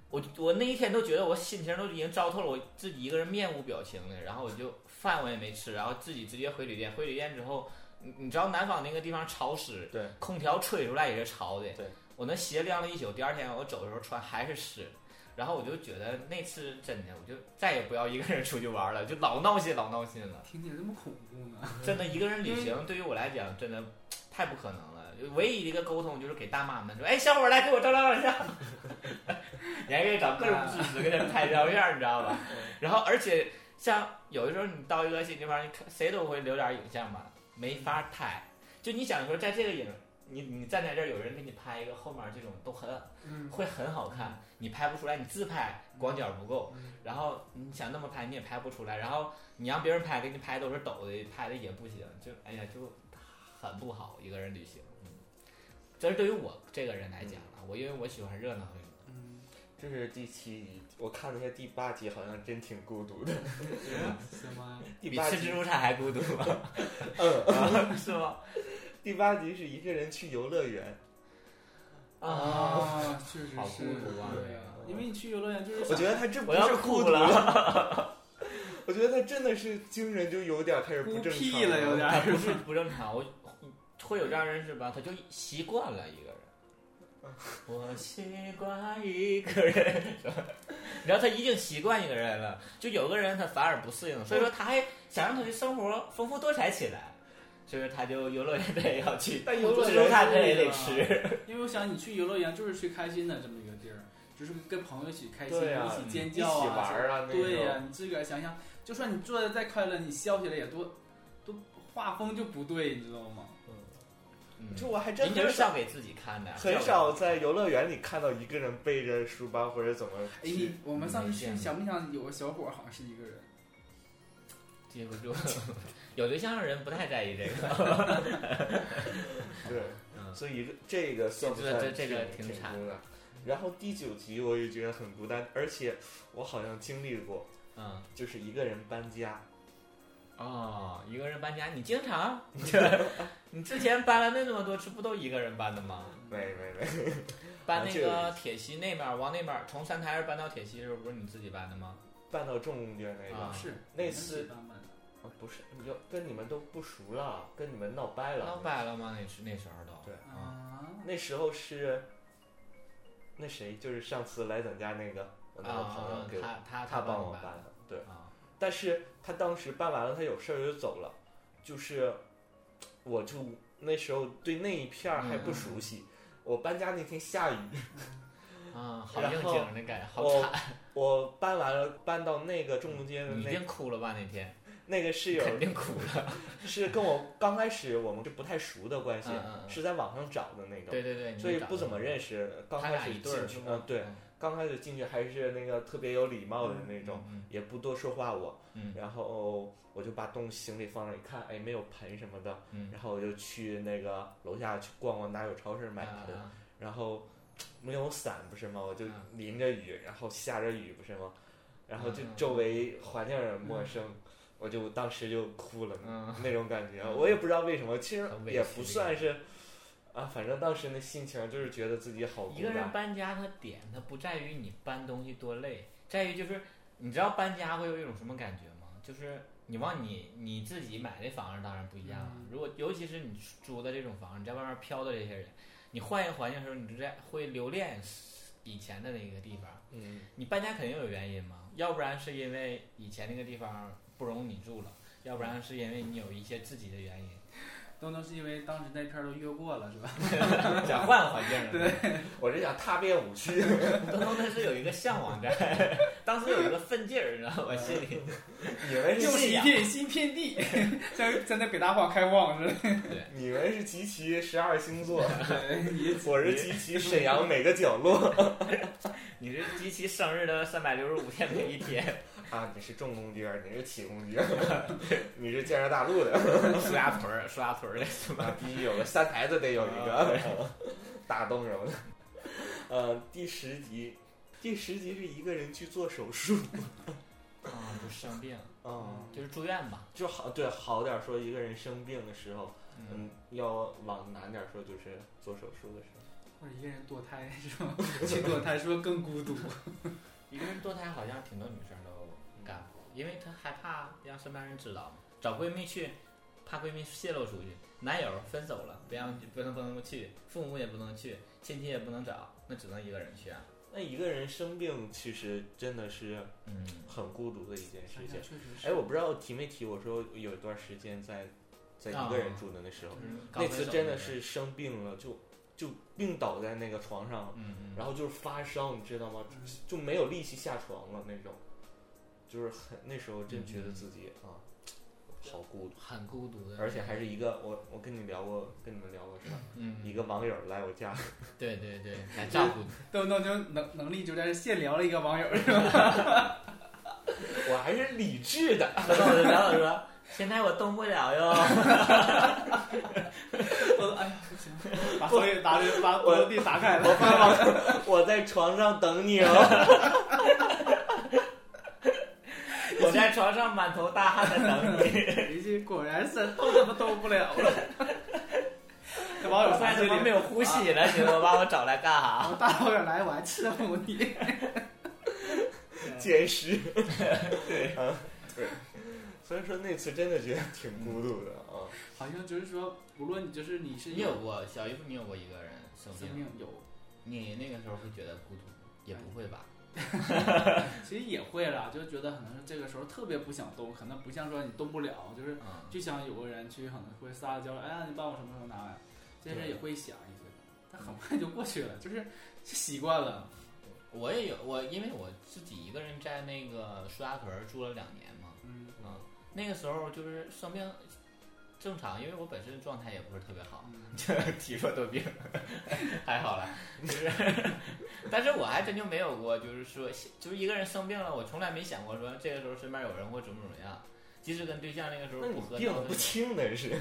A: 我我那一天都觉得我心情都已经糟透了，我自己一个人面无表情的，然后我就饭我也没吃，然后自己直接回旅店。回旅店之后，你你知道南方那个地方潮湿，
B: 对，
A: 空调吹出来也是潮的。
B: 对，
A: 我那鞋晾了一宿，第二天我走的时候穿还是湿。然后我就觉得那次真的，我就再也不要一个人出去玩了，就老闹心老闹心了。
C: <laughs> 听起来这么恐怖呢？
A: 真的一个人旅行对于我来讲真的太不可能了。就唯一的一个沟通就是给大妈们说：“哎，小伙儿来给我照亮一下。” <laughs> 你还可以找各种姿势给他们拍照片儿，你知道吧？然后而且像有的时候你到一个新地方，你看谁都会留点影像嘛，没法拍。就你想说，在这个影，你你站在这儿，有人给你拍一个，后面这种都很
C: 嗯，
A: 会很好看，你拍不出来，你自拍广角不够
C: 嗯，
A: 然后你想那么拍你也拍不出来，然后你让别人拍，给你拍都是抖的，拍的也不行，就哎呀就很不好，一个人旅行，嗯，这是对于我这个人来讲啊，我因为我喜欢热闹，
C: 嗯，
B: 这是第七集，我看了一下第八集，好像真挺孤独的。
C: 什么？
A: <laughs>
B: 第
A: 比
B: 八
A: 吃
B: 集
A: 自，助餐还孤独吧？
B: 嗯，
A: 是吗？
B: 第八集是一个人去游乐园，
A: 啊，，
C: 确实
A: 好
C: 是
A: 孤独啊
C: 对啊，因为你去游乐园就是
B: 我
C: 想
B: 觉得他这不
A: 我要
B: 是
A: 哭
B: 孤独
A: 了
B: 了， <laughs> 我觉得他真的是精神就有点开始不
C: 孤
B: 正常
C: 僻了，有点
A: 他
C: 儿。
A: 不是不正常，我会有这样认识吧？他就习惯了一个人。 <laughs> 我习惯一个人， <laughs> 然后他已经习惯一个人了，就有个人他反而不适应，所以说他还想让他的生活丰富多彩起来，所以说他就游乐园他也要 <laughs> 去，
B: 但游乐
A: 自
B: 园
A: 助餐他
B: 真
A: 也
B: 的
A: 得吃，
C: 因为我想你去游乐园就是去开心的这么一个地儿，就是跟朋友一起开心，
B: 对呀
C: 一起尖
B: 一起
C: 叫啊，
B: 玩啊，那
C: 对呀、
B: 种
C: 你自个儿想想，就算你做的再快乐，你笑起来也多，都画风就不对，你知道吗？
A: 嗯
B: 这我还真
A: 人就
B: 很
A: 是
B: 少
A: 笑给自己看的，
B: 很
A: 笑
B: 少在游乐园里看到一个人背着书包或者怎么
C: 哎，你我们上次
A: 没见
C: 去
A: 过
C: 想不想有个小伙儿好像是一个人，
A: 接不住， <laughs> 有对象的人不太在意这个。 <laughs>
B: 对，
A: 嗯
B: 所以这个算不
A: 这
B: 算
A: 这这个
B: 挺
A: 挺惨
B: 孤的？然后第九集我也觉得很孤单，而且我好像经历过，
A: 嗯，
B: 就是一个人搬家，
A: 哦，一个人搬家，你经
B: <laughs>
A: 常，你之前搬了那么多次，不都一个人搬的吗？
B: 没没没， <laughs>
A: 搬
B: 啊
A: 那
B: 这个
A: 个铁西那边儿，往那边儿从三台儿搬到铁西的时候，不是你自己搬的吗？
B: 搬到中间那个
A: 啊，
C: 是
B: 那次
C: 一起搬搬的
B: 啊不是，你就跟你们都不熟了，跟你们闹掰了，
A: 闹掰了吗？那时那时候都
B: 对
A: 啊，
C: 啊，
B: 那时候是那谁，就是上次来咱家那个我那个朋友
A: 啊
B: 给，我，
A: 他他
B: 他帮
A: 帮
B: 我
A: 搬
B: 搬
A: 的
B: 的，对，
A: 啊，
B: 但是他当时办完了，他有事儿就走了，就是我就那时候对那一片儿还不熟悉。我搬家那天下雨，
A: 嗯，好
B: 然
A: 应
B: 后
A: 景儿那感觉，好
B: 我
A: 惨，
B: 我搬完了，搬到那个中间的
A: 你一
B: 那
A: 定哭了吧？那天
B: 那个室友
A: 肯定哭了，
B: 是跟我刚开始我们是不太熟的关系，
A: 嗯嗯嗯
B: 是在网上找的那种，
A: 对对对，
B: 所以不怎么
A: 么
B: 认识。刚
A: 他
B: 开
A: 俩
B: 始
A: 一对
B: 进
A: 儿
B: 去
A: 是，
B: 嗯
A: 吗？，
B: 对，刚开始进去还是那个特别有礼貌的那种，
A: 嗯，
B: 也不多说话我。
A: 嗯
B: 然后我就把东西行李放那儿，一看，哎，没有盆什么的，
A: 嗯嗯，
B: 然后我就去那个楼下去逛逛哪有超市买
A: 啊
B: 盆，然后没有伞不是吗？我就
A: 嗯
B: 淋着雨，然后下着雨不是吗？然后就
A: 嗯嗯
B: 周围环境很陌生，我就当时就哭了，
A: 嗯
B: <laughs> 那种感觉，
A: 嗯
B: 我也不知道为什么，其实
A: 很委屈
B: 也不算是。啊，反正当时那心情就是觉得自己好孤
A: 一个人
B: 单，
A: 搬家，它点它不在于你搬东西多累，在于就是你知道搬家会有一种什么感觉吗？就是你往你你自己买的房子当然不一样了，
C: 嗯
A: 如果尤其是你租的这种房子，你在外面飘的这些人，你换一个环境的时候，你就在会留恋以前的那个地方。
B: 嗯，
A: 你搬家肯定有原因嘛，要不然是因为以前那个地方不容你住了，要不然是因为你有一些自己的原因，
C: 东东是因为当时那片儿都越过了，是
B: <laughs>
C: 吧？
A: 想换个环境了。
C: 对
B: 我是想踏遍五区， <laughs>
A: 东东那是有一个向往在， <laughs> 当时有一个奋劲儿，你知道吗？心里
B: 你们
C: 又
B: 是
C: 是一 <laughs> 片新天地，像像那北大荒开荒似的。
B: 你们是集齐十二星座，
C: 你
B: 我是集齐沈阳每个角
A: <laughs>
B: 落
A: 你是集齐生日的三百六十五天每一 <laughs> 天，
B: 啊！你是重工儿，你是起工儿， <laughs> 你是建设大陆的，
A: <laughs> 刷牙屯儿、刷牙屯儿的是吧？啊
B: <laughs> 啊，必须有个三台子得有一个，打动人了。呃，第十集，第十集是一个人去做手术，
A: 啊，就生病，
B: 嗯，
A: 就是住院吧。
B: 就好对好点儿说，一个人生病的时候，
A: 嗯，
B: 嗯，要往难点儿说，就是做手术的时候，
C: 或 <laughs> 者一个人堕胎是吧？ <laughs> 去堕胎是不是更孤独？
A: 一个人堕胎好像挺多女生都干过，因为她害怕让身边人知道嘛，找闺蜜去，怕闺蜜泄露出去，男友分手了，不让不能不能去，父母也不能去，亲戚也不能找，那只能一个人去啊。
B: 那一个人生病其实真的是
A: 嗯，
B: 很孤独的一件事
C: <laughs> 确
B: 情。
C: 实
B: 哎，我不知道提没提，我说有一段时间在在一个人住的那时候，
A: 就是刚
B: 那
A: 分
B: 次
A: 手
B: 真
A: 那
B: 的
A: 个人，
B: 是生病了，就就病倒在那个床上，
A: 嗯嗯，
B: 然后就是发烧，你知道吗？
C: 嗯
B: 就没有力气下床了那种，就是很那时候真觉得自己啊、好孤独，
A: 很孤独的，
B: 而且还是一个我我跟你聊过，跟你们聊过是吧？
A: 嗯，
B: 一个网友来我家，
A: 对对对，来照顾你，
C: 豆豆就能能力就在这现聊了一个网友，是吧
B: <laughs> 我还是理智的，
A: 然后我就聊我说，现在我动不了哟。
C: 我说哎呀不 <laughs> 行，把所有打的把我的地打开
B: 我
C: 了。
B: 爸爸 <laughs> 我在床上等你 <laughs> 哦，
A: 我在床上满头大汗的等你，
C: 一句果然是动他妈动不了了。 <laughs> 这网友
A: 我
C: 三
A: 现在
C: 岁
A: 他妈没有呼吸了，你说把我找来干啥？
C: 我大老远来我还伺候你。
B: 捡尸， <laughs> 对啊，对，所以说那次真的觉得挺孤独的啊。
C: 好像就是说，无论你就是你是
A: 你有过小姨夫，你有过一个人生
C: 生
A: 病，
C: 命有，
A: 你那个时候会觉得孤独吗？也不会吧？
C: 其实也会啦，就觉得可能是这个时候特别不想动，可能不像说你动不了，就是
A: 嗯，
C: 就想有个人去可能会撒娇，哎呀，你帮我什么时候拿来？这事儿也会想一些，但很快就过去了，就是习惯了。
A: 我也有，我因为我自己一个人在那个苏家屯儿住了两年嘛，
C: 嗯
B: 啊
A: 嗯，那个时候就是生病正常，因为我本身状态也不是特别好，
C: 嗯
A: 体弱多病，还好啦，
B: 嗯
A: 就是，但是我还真就没有过，就是说，就是一个人生病了，我从来没想过说这个时候身边有人会怎么怎么样，即使跟对象那个时候
B: <laughs> 那你
A: 不合，
B: 病的不轻的 <laughs> 是，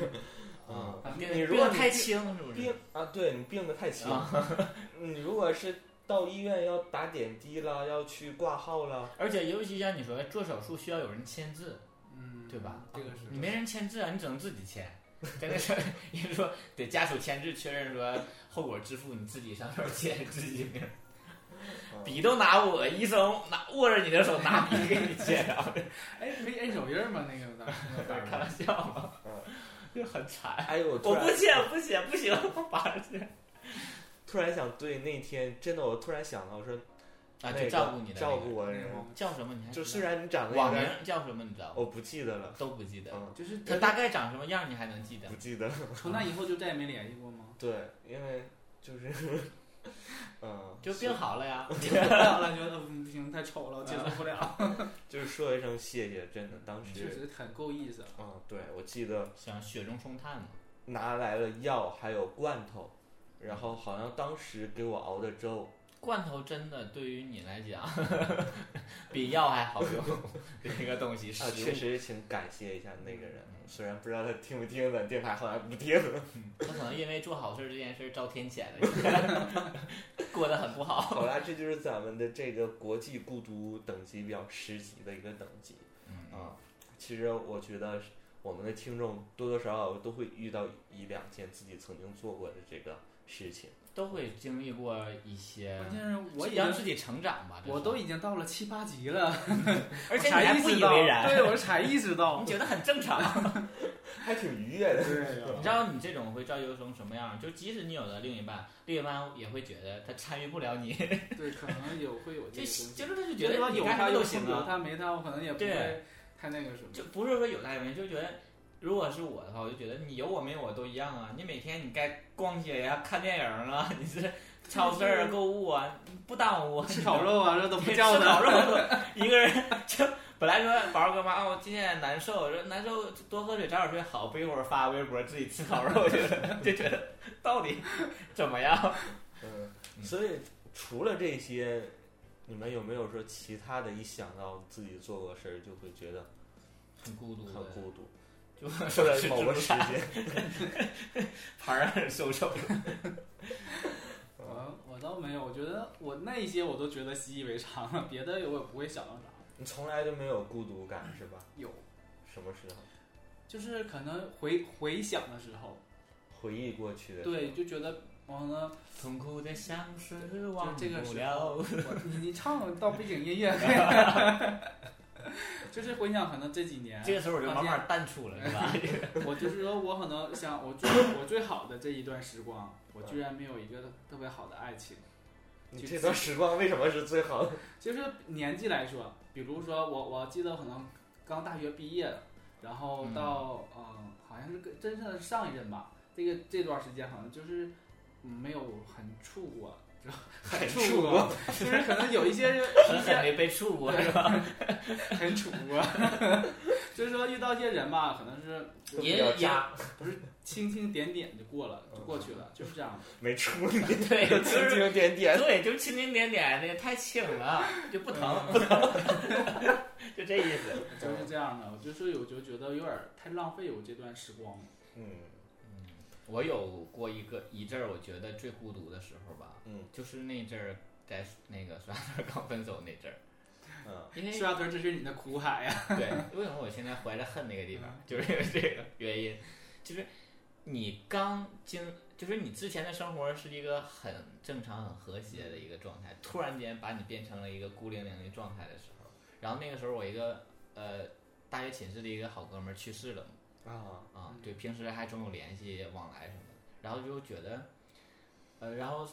A: 啊
B: 嗯，
A: 病
B: 你
A: 得
B: 如果
A: 病得太
B: 你
A: 轻是不是？
B: 病啊，对你病的太轻
A: 啊，
B: <laughs> 你如果是到医院要打点滴了，要去挂号了，
A: 而且尤其像你说做手术需要有人签字，
C: 嗯，
A: 对吧
C: 这个是
A: 你没人签字啊，你只能自己签。真的是， <laughs> 你说得家属签字确认说后果自负，你自己上手签自己名儿，
B: 啊
A: 笔都拿我，医生拿握着你的手拿笔给你
B: <laughs>
A: 签，然后
C: 哎，可以摁手印儿吗？那个
A: <laughs>
C: 当时那个
A: 开
C: 当时
A: 玩笑嘛
B: 嗯，
A: 就很惨。
B: 哎呦，我突
A: 我
B: 然
A: 不签，不签，不行，我马上签。
B: 突然想对那天真的，我突然想到我说
A: 啊，
B: 那
A: 就
B: 个
A: 照顾你的那个
B: 照顾我的人，
C: 嗯
A: 叫什么？你还
B: 就
A: 知
B: 虽
A: 道
B: 然你长得有
A: 网名
B: 点，
A: 叫什么你知道吗？
B: 我不记得了，
A: 都不记得，
B: 嗯，
C: 就是
A: 他大概长什么样你还能记得
B: 不？记得了，
C: 从那以后就再也没联系
A: <laughs>
C: 过吗？
B: 对，因为就是，嗯，
A: <laughs> 就病好了呀。
C: 后来觉得嗯不行，太丑了，我接受不
A: 啊
C: 了。
B: 就是说一声谢谢，真的，当
C: 确
B: 时，
C: 实很够意思啊。
B: 嗯，对我记得
A: 想雪中送炭嘛。
B: 拿来了药还有罐头，然后好像当时给我熬的粥，
A: 罐头真的对于你来讲， <laughs> 比药还好用。这个东西，
B: 啊，
A: 食
B: 确
A: 物，嗯
B: 实请感谢一下那个人，虽然不知道他听不听咱电台，好像不听。
A: 他可能因为做好事这件事遭天谴了，过得很不
B: <laughs>
A: 好。
B: 好啦，这就是咱们的这个国际孤独等级表十级的一个等级
A: 嗯，
B: 啊。其实我觉得是我们的听众多多少少都会遇到一两件自己曾经做过的这个事情，
A: 都会经历过一些，
C: 关键是我已
A: 让
C: 经
A: 自己成长吧。这嗯是
C: 我都，已经到了七八级了，
A: 而且
C: 我
A: 你
C: 才
A: 还
C: 意
A: 不
C: 识
A: 以
C: 到
A: 为然，
C: 对我才意识到
A: 你。觉得很正常。
B: 还挺愉悦的。
C: 对呀
A: 你 <laughs> 知道你这种会造就成什么样？就即使你有了另一半，另一半也会觉得他参与不了
C: <laughs>
A: 你，
C: 对，可能有会有
A: 就
C: 这个
A: 是
C: 东西。
A: 就是他就觉
C: 觉
A: 得
C: 得
A: 你
C: 有
A: 干什
C: 他
A: 么
C: 就
A: 都
C: 行
A: 行
C: 有
A: 啊。
C: 他没他，我可能也不
A: 对
C: 会太那个什么。
A: 就不是说有大有人，就觉得如果是我的话，我就觉得你有我没有我都一样啊。你每天你该逛街呀、看电影啊， <laughs> 你是超市
C: <laughs>
A: 啊、购物啊，你不耽误我。
C: 吃烤肉啊，这都
A: 你
C: 不
A: 知
C: 叫
A: 道吗，吃烤
C: <laughs> 他。
A: 肉都一个人就本来说宝儿哥妈啊，我今天难受，我说难受多喝水早点睡好，不一会儿发微博自己吃烤肉去了，就 <laughs> 觉得到底怎么样？
B: 嗯，所以除了这些，你们有没有说其他的？一想到自己做过事儿，就会觉得
A: 很孤独
B: 很
A: 的，
B: 孤 <laughs> 独，
A: 就
B: 或者
A: 是
B: 某个时
A: 啥
B: <laughs> 间，
A: 牌儿受受。
C: 我我倒没有，我觉得我那些我都觉得习以为常了，别的我也不会想到啥。
B: 你从来就没有孤独感是吧？
C: 有，
B: 什么时候
C: 就是可能回回想的时候，
B: 回忆过去的时候？
C: 对，就觉得哦完了，
A: <laughs> 痛苦的相思
C: 就
A: 忘
C: 这个
A: 不
C: 时
A: 了
C: 候，。我 <laughs> 你你唱到背景音乐， <laughs> 就是回想可能这几年，
A: 这个时候我就慢慢淡出了，是吧？
C: 我就是说我可能想我最我最好的这一段时光，我居然没有一个特别好的爱情。
B: 你这段时光为什么是最好的？
C: 其实年纪来说，比如说我，我记得可能刚大学毕业，然后到嗯、呃好像是跟真正的上一任吧，这个这段时间好像就是嗯没有很处过， <laughs> 知道很处过，就是可能有一些
A: 狠
C: 一
A: 狠
C: 些
A: 没被触 <laughs> 过，是吧？
C: 很处过， <laughs> 就是说遇到一些人吧，可能是
B: 都比
A: 也
B: 较
A: 也
B: 渣
C: 不是轻轻点点就过了，就过去 <laughs> 了，就是这样。
B: 没处理， <laughs>
A: 对，就
B: 蜻
A: 是
B: 蜓点点。
A: 对，就是蜻蜓点点的，太轻了，就不疼，嗯不疼， <laughs> 就这意思。
C: 就是这样的，我就是有就觉得有点儿太浪费我这段时光了。
B: 嗯
A: 我有过一个一阵儿，我觉得最孤独的时候吧，
B: 嗯
A: 就是那阵儿在那个刷团刚分手那阵儿，
B: 嗯，
A: 因为
C: <laughs> 是啊，哥，这是你的苦海呀、
A: 对，为什么我现在怀着恨那个地方，就是因为这个原因，就是你刚经，就是你之前的生活是一个很正常、很和谐的一个状态，突然间把你变成了一个孤零零的状态的时候，然后那个时候我一个呃大学寝室的一个好哥们儿去世了嘛。
B: 啊，
A: 啊
C: 嗯，
A: 对，平时还总有联系往来什么的，然后就觉得，呃，然后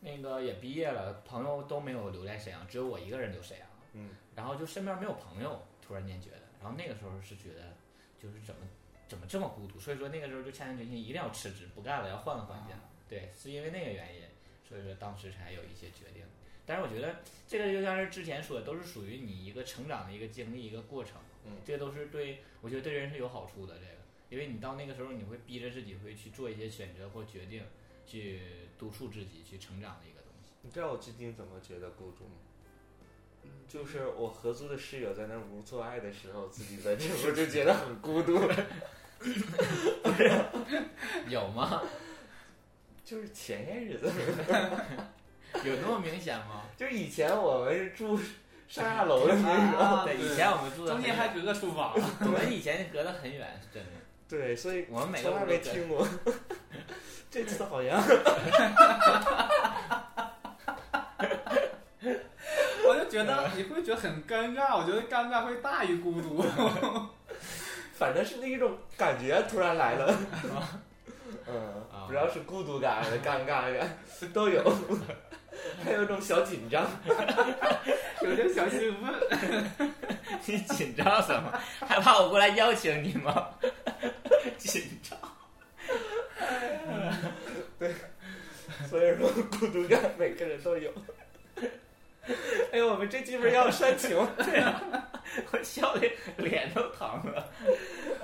A: 那个也毕业了，朋友都没有留在沈阳，只有我一个人留沈阳，
B: 嗯，
A: 然后就身边没有朋友，突然间觉得，然后那个时候是觉得，就是怎么怎么这么孤独，所以说那个时候就下定决心一定要辞职不干了，要换个环境，对，是因为那个原因，所以说当时才有一些决定，但是我觉得这个就像是之前说的，都是属于你一个成长的一个经历一个过程，
B: 嗯
A: 这都是对我觉得对人是有好处的这个。因为你到那个时候，你会逼着自己会去做一些选择或决定，去督促自己去成长的一个东西。
B: 你知道我至今怎么觉得孤独吗？
A: 嗯
B: 就是我合租的室友在那屋做爱的时候，自己
A: <laughs>
B: 在这屋就觉得很孤独。
A: 有吗？ <laughs>
B: 就是前些日子， <laughs>
A: 有那么明显吗？
B: 就是以前我们是住
A: <laughs>
B: 上下楼的那种，
C: 啊
A: 对，
C: <laughs> <laughs> 对
A: 以前我们住的
C: 中
A: 很
C: 间
A: 远，
C: 还隔个书房。
A: 我们以前隔得很远，是真的。
B: 对，所以
A: 我们每个
B: 从来
A: 屋
B: 没
A: 都隔
B: 听过。 <laughs> 这次好像
C: 我就觉得你会觉得很尴尬，我觉得尴尬会大于孤独。
B: 反正是那一种感觉突然
A: <laughs>
B: 来了，嗯
A: 啊，
B: 不知道是孤独感还是尴尬感都
A: <laughs>
B: 有， <laughs> 还有一种小紧张，
C: 有点小兴奋， <laughs>
A: <laughs> 你紧张什么？害怕我过来邀请你吗？ <laughs> 紧张。
B: 所以说孤独感每个人都有。哎呦，我们这基本要煽情，
A: 我笑的脸都疼了。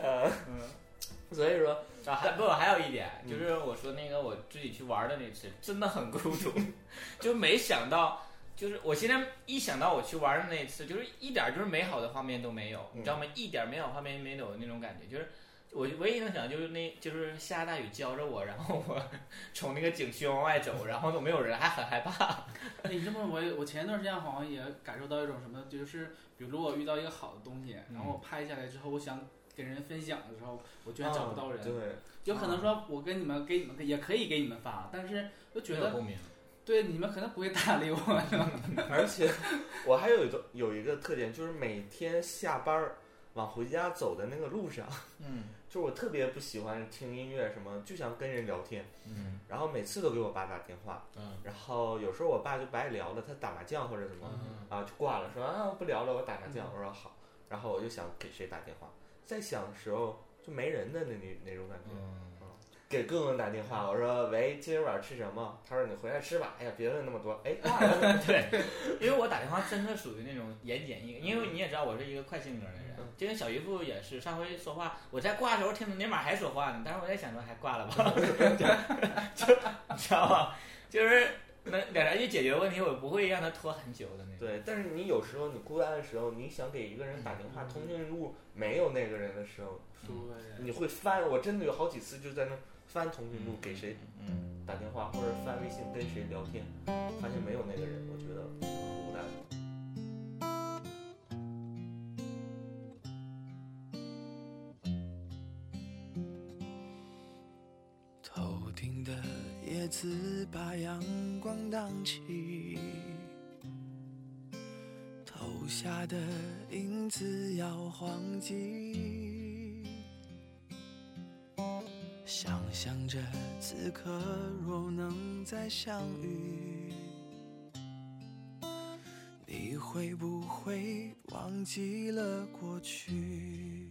B: 呃， <laughs> 所以说
A: 啊，还不，还有一点就是我说那个我自己去玩的那次，真的很孤独， <laughs> 就没想到，就是我现在一想到我去玩的那次，就是一点儿就是美好的画面都没有，你知道吗？一点儿美好画面没有那种感觉，就是。我唯一能想就是那，就是下大雨浇着我，然后我 <laughs> 从那个景区往外走，然后都没有人，还很害怕。
C: 哎你这么我我前一段时间好像也感受到一种什么，就是比如我遇到一个好的东西，
A: 嗯
C: 然后我拍下来之后，我想给人分享的时候，我居然找不到人。
B: 嗯啊对，
C: 有可能说我跟你们给你们也可以给你们发，但是又觉
A: 没有
C: 得
A: 共鸣，
C: 对你们可能不会搭理我。
B: 而且我还有一种有一个特点，就是每天下班儿往回家走的那个路上，
A: 嗯
B: 就是我特别不喜欢听音乐什么，就想跟人聊天，
A: 嗯
B: 然后每次都给我爸打电话，
A: 嗯
B: 然后有时候我爸就不爱聊了，他打麻将或者什么，
A: 嗯
B: 啊就挂了，说啊我不聊了，我打麻将。
C: 嗯
B: 我说好，然后我就想给谁打电话，在想的时候就没人的那那那种感觉。
A: 嗯，
B: 给棍棍打电话，我说喂，今儿晚上吃什么？他说你回来吃吧，哎呀别问那么多，哎挂了。
A: 对，因为我打电话真的属于那种言简意赅，因为你也知道我是一个快性格的人
B: 嗯，
A: 就跟小姨夫也是，上回说话，我在挂的时候听着您俩还说话呢，但是我在想着还挂了吧， <laughs> 就就你知道吧，就是能两三句解决问题，我不会让他拖很久的那种。
B: <laughs> 对，但是你有时候你孤单的时候，你想给一个人打电话
C: 嗯
B: 通讯录没有那个人的时候，
C: 对，
B: 你会翻，我真的有好几次就在那翻通讯录
A: 嗯
B: 给谁
A: 嗯，
B: 打电话或者翻微信跟谁聊天，发现没有那个人，我觉得很孤单。
D: 头顶的叶子把阳光荡起，投下的影子摇晃起。想象着此刻若能再相遇，你会不会忘记了过去？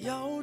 D: 要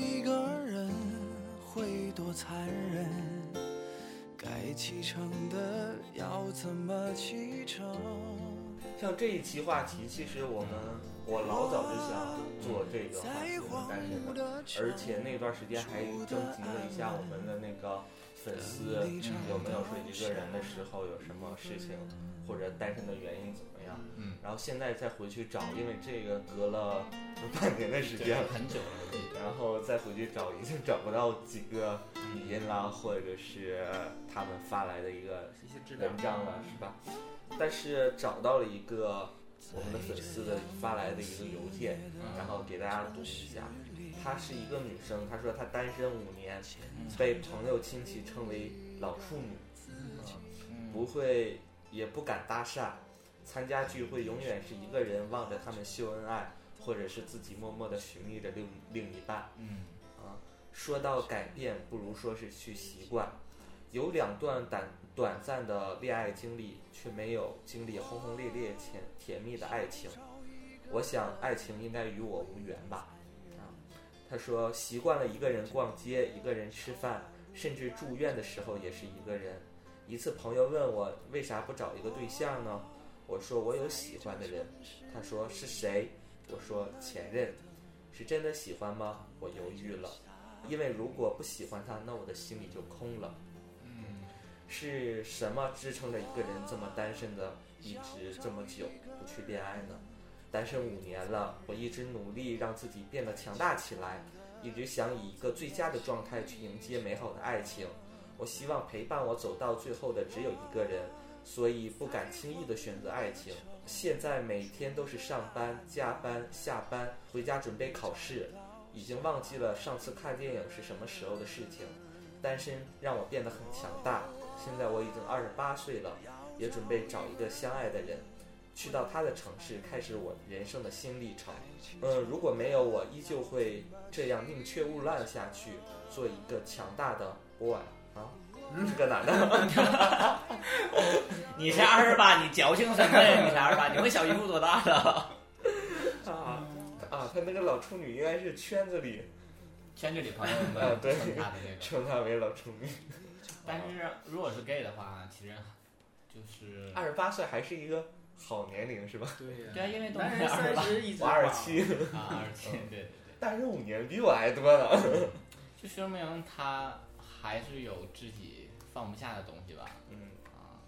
D: 一个人会多残忍？该启程的要怎么启程？
B: 像这一期话题，其实我们我老早就想做这个话题
D: 在
B: 了，
D: 荒
B: 但是呢，
D: 芜的
B: 而且那段时间还征集了一下我们的那个粉丝有没有说一个人的时候有什么事情，或者单身的原因怎么样。
A: 嗯，
B: 然后现在再回去找，因为这个隔了半年的时间了，
A: 很久了，对，
B: 然后再回去找，已经找不到几个语音啦，或者是他们发来的一个
C: 一些质量
B: 文。章了，是吧？但是找到了一个我们的粉丝的发来的一个邮件，然后给大家读一下。她是一个女生，她说她单身五年，被朋友亲戚称为老处女，不会也不敢搭讪，参加聚会永远是一个人望着他们秀恩爱，或者是自己默默的寻觅着另另一半。
A: 嗯，
B: 啊，说到改变，不如说是去习惯。有两段短短暂的恋爱经历，却没有经历轰轰烈烈甜甜蜜的爱情。我想，爱情应该与我无缘吧。啊，他说习惯了一个人逛街，一个人吃饭，甚至住院的时候也是一个人。一次朋友问我为啥不找一个对象呢？我说我有喜欢的人。他说是谁？我说前任。是真的喜欢吗？我犹豫了，因为如果不喜欢他，那我的心里就空了。是什么支撑着一个人这么单身的，一直这么久不去恋爱呢？单身五年了，我一直努力让自己变得强大起来，一直想以一个最佳的状态去迎接美好的爱情。我希望陪伴我走到最后的只有一个人，所以不敢轻易的选择爱情。现在每天都是上班、加班、下班，回家准备考试，已经忘记了上次看电影是什么时候的事情。单身让我变得很强大，现在我已经二十八岁了，也准备找一个相爱的人，去到他的城市，开始我人生的新历程。嗯，如果没有我，依旧会这样宁缺毋滥下去，做一个强大的 boy 啊。是个男的， <laughs>
A: <laughs> 你才二十八，你矫情什么呀？你才二十八，你们小姨夫多大了？ <laughs>
B: 啊啊，他那个老处女应该是圈子里
A: 圈子里朋友
B: 啊
A: 们
B: 对
A: 称他的那 <laughs> 个，
B: 称他为老处女。
A: 但是如果是 gay 的话，其实就是
B: 二十八岁还是一个好年龄是吧？
C: 对呀、
A: 对啊，因为都
C: 男
A: 是
C: 人
A: 二十
C: 三
A: 八
C: 十一直
B: 我二十七，
A: 啊，二十七，对对对，
B: 但是五年比我还多呢。
A: 就说明他还是有自己放不下的东西吧。
B: 嗯，
A: 啊，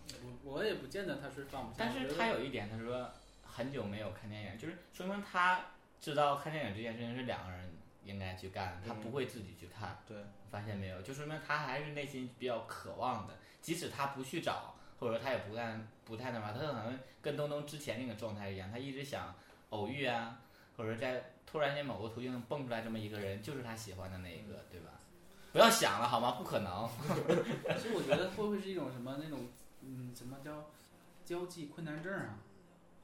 C: 我我也不见得他是放不下，
A: 但
C: 我
A: 是
C: 觉得
A: 他有一点，他说很久没有看电影，就是说明他知道看电影这件事情是两个人应该去干，他
B: 嗯
A: 不会自己去看。
B: 对，
A: 发现没有，就说明他还是内心比较渴望的，即使他不去找，或者说他也不干不太那啥，他可能跟东东之前那个状态一样，他一直想偶遇啊，或者在突然间某个途径蹦出来这么一个人，就是他喜欢的那一个，对吧？不要想了好吗？不可能。
C: <laughs> 其实我觉得会不会是一种什么那种嗯什么叫交际困难症啊？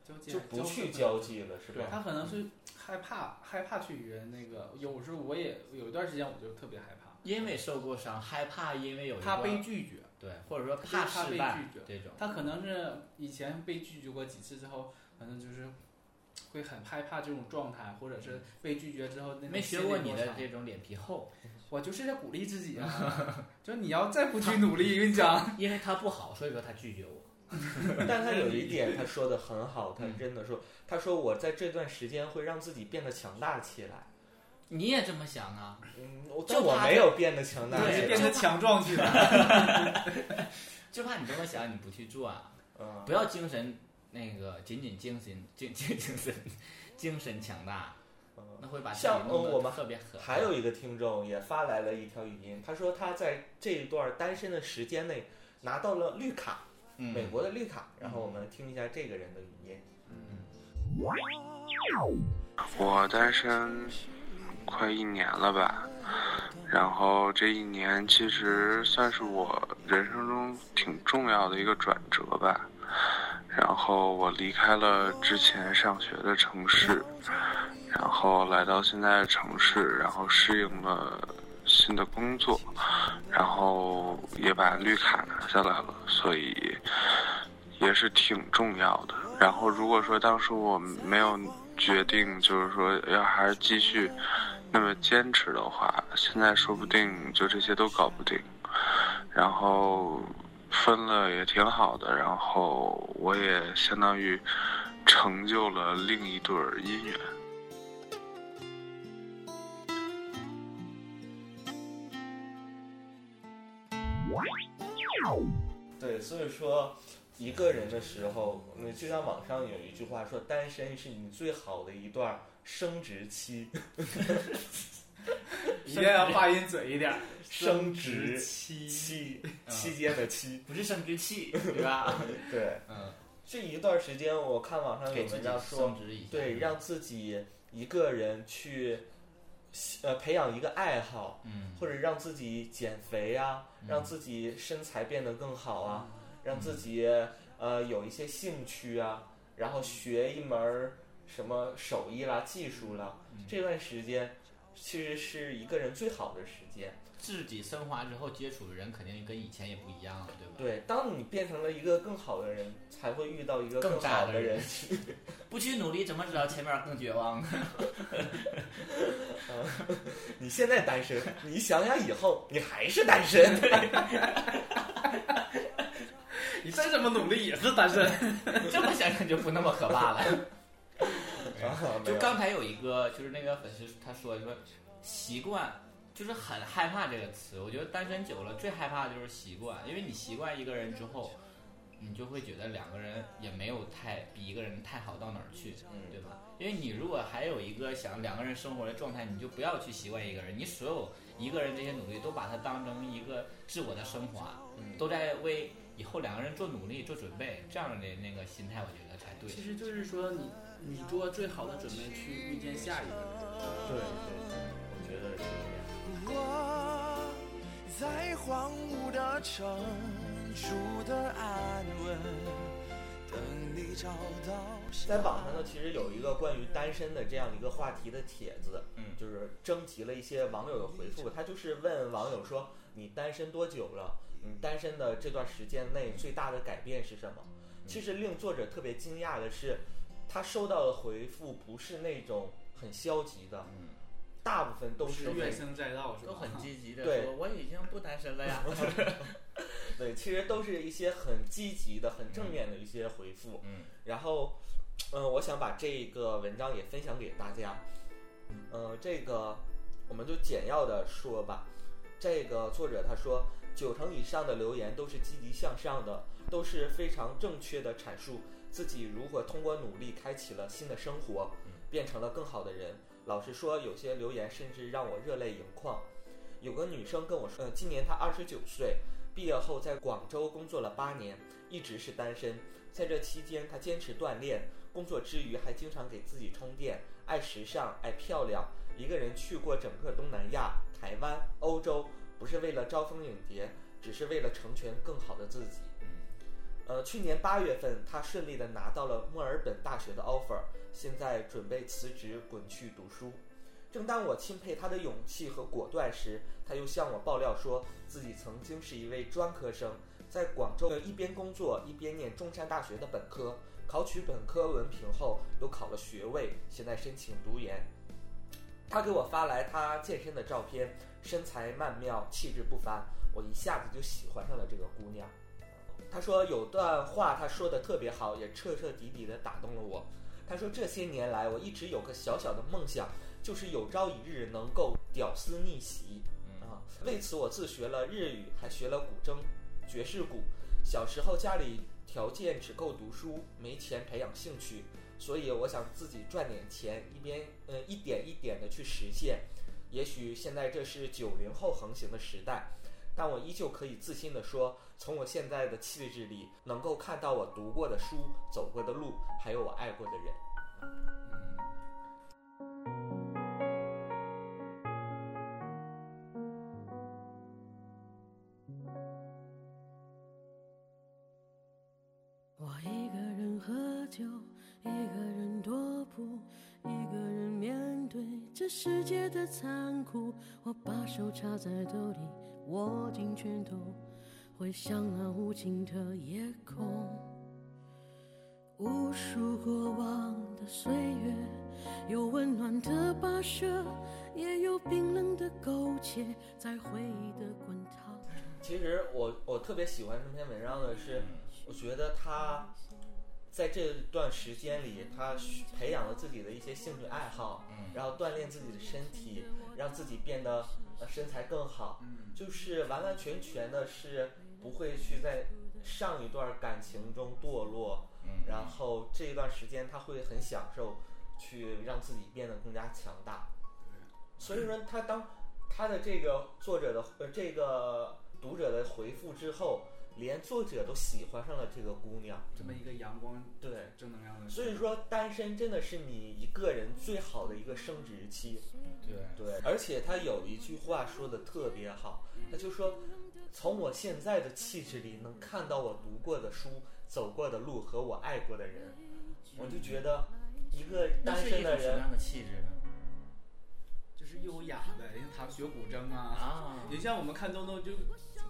C: 交际
B: 就不去
C: 交
B: 交际了，是
C: 际困难，
B: 吧？
C: 他可能
A: 嗯
C: 是害怕害怕去与人那个。有时候我也有一段时间我就特别害怕，
A: 因为受过伤，害怕，因为有一
C: 怕
A: 段
C: 被拒绝。
A: 对，或者说
C: 怕
A: 怕
C: 被
A: 失
C: 拒
A: 败
C: 绝
A: 这种。
C: 他可能是以前被拒绝过几次之后，可能就是会很害怕这种状态，或者是被拒绝之后那种
A: 嗯没学
C: 心理
A: 过你
C: 落
A: 的
C: 差
A: 这种脸皮厚，
C: 我就是在鼓励自己啊，
A: <laughs>
C: 就你要再不去努力，我跟你讲，
A: 因为他不好，所以说他拒绝我。
B: <laughs> 但他有一点他说的很好，他真的说，他说我在这段时间会让自己变得强大起来。
A: 你也这么想啊？
B: 嗯，我
A: 就
B: 但我
A: 怕他
B: 没有变得强大
A: 对就
B: 起来
C: 变。得强壮起
A: <laughs>
C: 来。
A: 就怕你这么想，你不去做啊？
B: 嗯
A: 不，要精神那个，仅仅精神精精精神精神强大，
B: 嗯
A: 那会把自己
B: 像
A: 弄
B: 呃我
A: 得
B: 们
A: 特别狠。
B: 还有一个听众也发来了一条语音，他说他在这一段单身的时间内拿到了绿卡，
A: 嗯
B: 美国的绿卡。然后我们听一下这个人的语音。
F: 我单身快一年了吧，然后这一年其实算是我人生中挺重要的一个转折吧。然后我离开了之前上学的城市，然后来到现在的城市，然后适应了新的工作，然后也把绿卡拿下来了，所以也是挺重要的。然后如果说当时我没有决定，就是说要还是继续那么坚持的话，现在说不定就这些都搞不定。然后分了也挺好的，然后我也相当于成就了另一对儿姻缘。
B: 对，所以说一个人的时候，嗯，就像网上有一句话说，单身是你最好的一段升值期，
C: 一定要发音准一点。
B: 升值
A: 期
B: 期期间的期，
A: 嗯不是生殖器，对吧？
B: 对，
A: 嗯，
B: 这一段时间我看网上
A: 给
B: 有
A: 自
B: 文
A: 己
B: 章说
A: 升，职一下。
B: 对，让自己一个人去，呃，培养一个爱好，
A: 嗯
B: 或者让自己减肥啊，让
A: 嗯
B: 自己身材变得更好啊，让自己呃有一些兴趣啊，然后学一门儿什么手艺啦、技术啦。这段时间其实是一个人最好的时间。
A: 自己升华之后接触的人肯定跟以前也不一样了，对吧？
B: 对，当你变成了一个更好的人，才会遇到一个
A: 更大
B: 好
A: 的
B: 的
A: 人
B: <laughs> 人。
A: 不去努力怎么知道前面更绝望？
B: 你现在单身，你想想以后你还是单 <laughs> 身。啊
C: 你再怎么努力也是单身。
A: 这么想想就不那么可怕了。
B: 啊没
A: 就
B: 有
A: 刚才有一个，就是那个粉丝他说说习惯，就是很害怕这个词。我觉得单身久了最害怕的就是习惯，因为你习惯一个人之后，你就会觉得两个人也没有太比一个人太好到哪儿去，
B: 嗯
A: 对吧？因为你如果还有一个想两个人生活的状态，你就不要去习惯一个人，你所有一个人这些努力都把它当成一个自我的升华，
B: 嗯
A: 都在为以后两个人做努力做准备，这样的那个心态我觉得才对。
C: <laughs> 其实就是说你，你做最好的准备去遇见下一个人。
B: 对对，我觉得是这样。
G: 我在荒芜的城住的安稳，等你找到下
B: 在网上呢，其实有一个关于单身的这样一个话题的帖子，
A: 嗯
B: 就是征集了一些网友的回复，他就是问网友说：“你单身多久了？你单身的这段时间内最大的改变是什么？”其实令作者特别惊讶的是，他收到的回复不是那种很消极的，
A: 嗯。
B: 大部分都是
C: 怨
B: 很
C: 声载道是吧？
A: 都很积极的
B: 对
A: 说我已经不单身了呀。
B: <laughs> 对，其实都是一些很积极的、很正面的一些回复。
A: 嗯，
B: 然后，嗯、我想把这个文章也分享给大家。嗯、这个我们就简要的说吧。这个作者他说，九成以上的留言都是积极向上的，都是非常正确的阐述自己如何通过努力开启了新的生活
A: 嗯，
B: 变成了更好的人。老实说，有些留言甚至让我热泪盈眶。有个女生跟我说，呃，今年她二十九岁，毕业后在广州工作了八年，一直是单身。在这期间，她坚持锻炼，工作之余还经常给自己充电，爱时尚，爱漂亮，一个人去过整个东南亚、台湾、欧洲，不是为了招蜂引蝶，只是为了成全更好的自己。呃，去年八月份，他顺利的拿到了墨尔本大学的 offer，现在准备辞职滚去读书。正当我钦佩他的勇气和果断时，他又向我爆料说自己曾经是一位专科生，在广州一边工作一边念中山大学的本科，考取本科文凭后又考了学位，现在申请读研。他给我发来他健身的照片，身材曼妙，气质不凡，我一下子就喜欢上了这个姑娘。他说有段话他说的特别好，也彻彻底底的打动了我。他说这些年来我一直有个小小的梦想，就是有朝一日能够屌丝逆袭啊！为此我自学了日语，还学了古筝、爵士鼓。小时候家里条件只够读书，没钱培养兴趣，所以我想自己赚点钱，一边嗯、一点一点的去实现。也许现在这是九零后横行的时代，但我依旧可以自信地说，从我现在的气质里，能够看到我读过的书、走过的路，还有我爱过的人。
A: 嗯
G: 我一个人喝酒，一个人踱步，一个人面对这世界的残酷。我把手插在兜里，握紧拳头，回想那无尽的夜空。无数过往的岁月，有温暖的跋涉，也有冰冷的苟且，在回忆的滚烫。
B: 其实我我特别喜欢这篇文章的是，我觉得他在这段时间里，他学培养了自己的一些兴趣爱好，然后锻炼自己的身体，让自己变得呃身材更好，就是完完全全的是不会去在上一段感情中堕落，然后这一段时间他会很享受，去让自己变得更加强大。所以说他当他的这个作者的呃这个读者的回复之后，连作者都喜欢上了这个姑娘。
C: 这么一个阳光
B: 对，
C: 正能量的，
B: 所以说单身真的是你一个人最好的一个升值期。
A: 对，
B: 对，而且他有一句话说的特别好，他就说，从我现在的气质里能看到我读过的书、走过的路和我爱过的人，我就觉得一个
A: 那
B: 单
A: 是
B: 身
A: 一
B: 的
A: 种什么
B: 人
A: 样的气质呢？
B: <laughs>
C: 就是优雅的，因为他学古筝啊，
A: 啊
C: 也像我们看东东就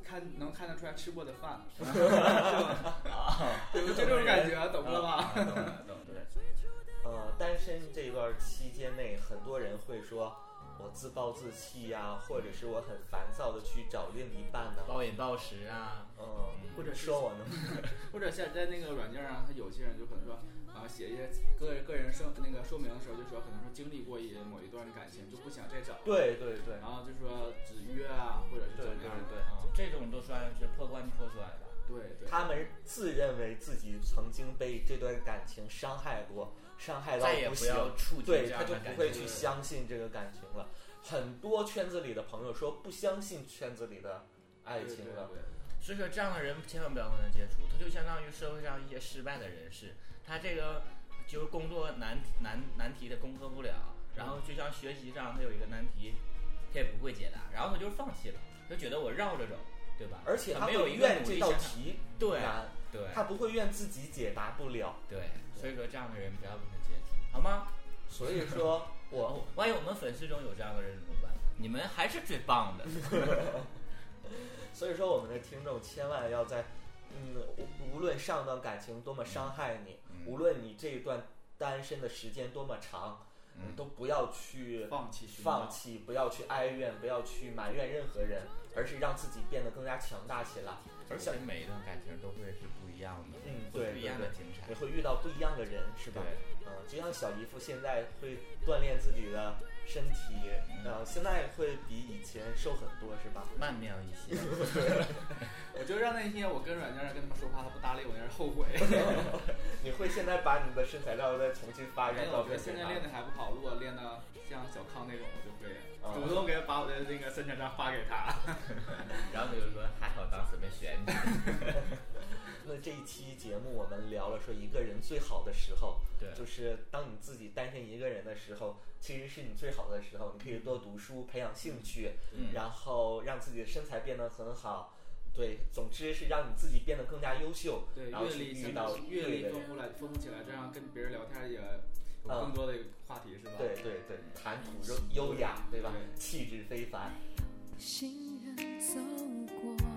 C: 看能看得出来吃过的饭， <laughs> 对吧？就这种感觉，啊懂了吧？
A: 啊懂了懂了
B: 对，呃，单身这一段期间内，很多人会说我自暴自弃呀、或者是我很烦躁的去找另一半呢，
A: 暴饮暴食啊，
B: 嗯，
C: 或者是
B: 说我呢，
C: 或者像在那个软件上，他有些人就可能说啊，写一些个人个人声那个说明的时候，就说可能说经历过一某一段感情，就不想再找，
B: 对对对
C: 然后就说只约啊，或者是
B: 对
C: 怎
B: 对
C: 么样的，
B: 对，
A: 啊这种都算是破罐子破摔吧。
C: 对对，
B: 他们自认为自己曾经被这段感情伤害过，伤害到
A: 再也
B: 不
A: 不
B: 行，
A: 要触及
B: 对
A: 这
B: 他
A: 样
B: 就
A: 的
B: 不
A: 感
B: 会
A: 情
B: 去
A: 了
B: 相信这个感情了。很多圈子里的朋友说不相信圈子里的爱
C: 对
B: 情
C: 对
B: 了，
C: 对
A: 所以说，这样的人千万不要跟他接触，他就相当于社会上一些失败的人士，他这个就是工作难难难题他攻克不了，然后就像学习上他有一个难题，他也不会解答，然后他就放弃了，他觉得我绕着走，对吧？
B: 而且
A: 他
B: 他
A: 没有
B: 会
A: 一个
B: 怨
A: 努
B: 这
A: 力
B: 道
A: 向上，
B: 题
A: 对
B: 难，
A: 对
B: 他不会怨自己解答不了。
A: 对，所以说这样的人不要跟他接触，好吗？
B: 所以说我
A: 哦万一我们粉丝中有这样的人怎么办？你们还是最棒
B: <laughs>
A: 的，
B: 所以说我们的听众千万要在，嗯，无无论上段感情多么伤害你，无论你这一段单身的时间多么长，嗯，都不要去
C: 放弃寻
B: 放
C: 找
B: 弃，不要去哀怨，不要去埋怨任何人，而是让自己变得更加强大起来。
A: 而且每一段感情都会是不一样的，
B: 嗯，
A: 会
B: 对，
A: 不一
B: 对
A: 样
B: 对
A: 的精彩
B: 你。会遇到不一样的人，是吧？嗯，就像小姨夫现在会锻炼自己的身体，呃，现在会比以前瘦很多，是吧？
A: 曼妙一些，
C: 我就让那天我跟软件上跟他们说话，他不搭理我，有点
B: <laughs>
C: 后悔。
B: 你会现在把你的身材照再重新发一
C: 没
B: 张
C: 有，
B: 照
C: 我觉
B: 片
C: 得现
B: 给
C: 在
B: 他
C: 练的还不好，如果练到像小康那种，我就会
B: 啊
C: 主动给把我的那个生产照发给
B: <laughs>
C: 他。
A: 然后他就说还好当时没选你。
B: 那这一期节目我们聊了说一个人最好的时候，
A: 对
B: 就是当你自己单身一个人的时候，其实是你最好的时候，你可以多读书，培养兴趣，
H: 嗯
B: 然后让自己的身材变得很好。对，总之是让你自己变得更加优秀，
C: 对
B: 然后
C: 阅
B: 去
C: 历
B: 遇
C: 相
B: 到
C: 当阅
B: 对
C: 历
B: 的
C: 丰
B: 人。
C: 富来丰富起来，这样跟别人聊天也有更多的话题是吧？
B: 对对对，谈吐优优雅，对吧？气质非凡。
E: 行人走过，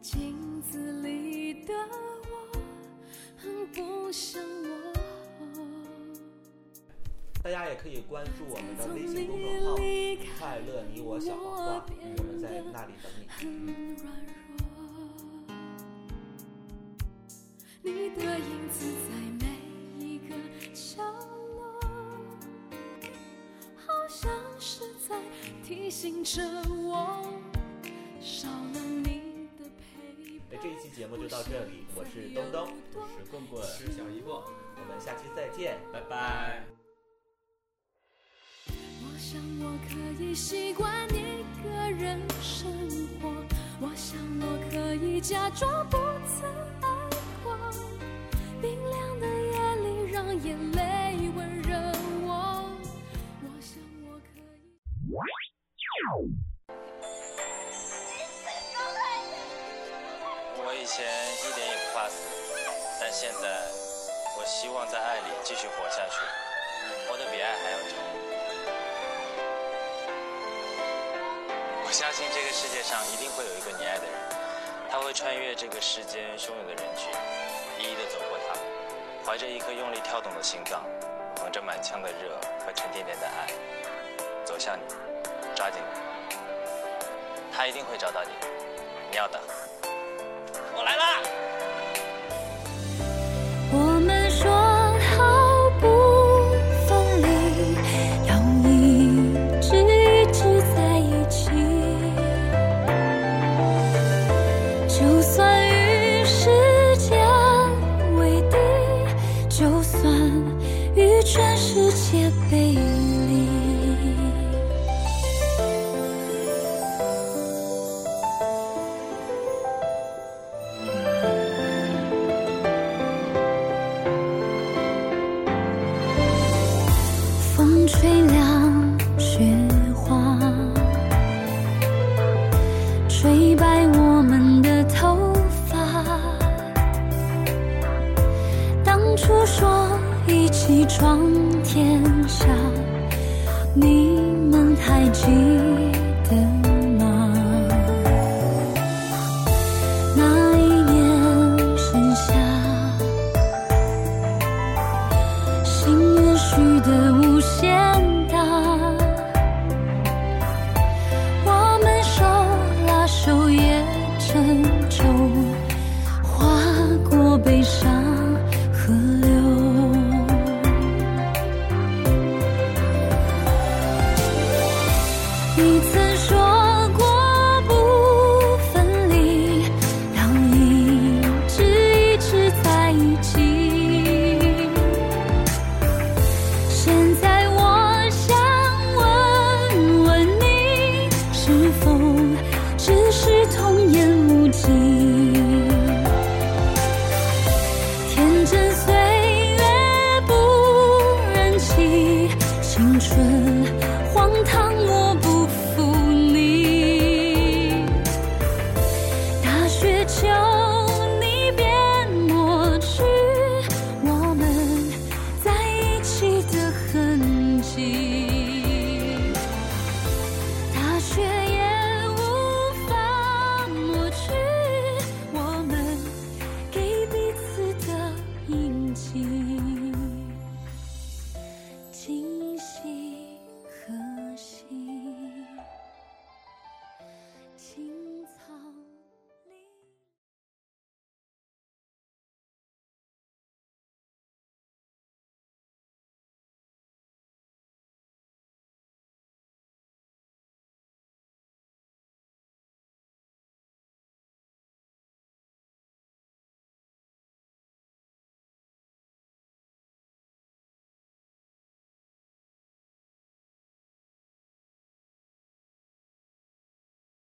E: 镜子里的我很不像我。
B: 大家也可以关注我们的
E: 从
B: 微
E: 你
B: 信公众号
E: 离
B: “快乐你我小黄瓜”，我们在那里等你。
E: 很软弱，你的影子在每一个角落，好像是在提醒着我，少了你的陪
B: 那
E: 伴。
B: 这一期节目就到这里，我是东东，
H: 是棍棍，
C: 是小姨夫。
B: 我们下期再见。
H: 拜拜。
E: 我想我可以习惯一个人生活，我想我可以假装不曾爱过。冰凉的夜里，让眼泪温热我。我想我可以。
I: 我以前一点也不怕死，但现在我希望在爱里继续活下去，活得比爱还要长。我相信这个世界上一定会有一个你爱的人，他会穿越这个世间汹涌的人群，一一的走过它，怀着一颗用力跳动的心脏，捧着满腔的热和沉甸甸的爱，走向你，抓紧你，他一定会找到你，你要等。我来啦！
E: 我们说好不分离，要一直一直在一起。就算与时间为敌，就算与全世界背离。风吹凉雪花，吹白我们的头发。当初说一起闯天下，你们还记得吗？那一年盛夏。心愿许的无限大，我们手拉手也沉重，划过悲伤河流。你曾说过不分离，要一直一直在一起。现在我想问问你，是否只是童言无忌？天真岁月不忍欺，青春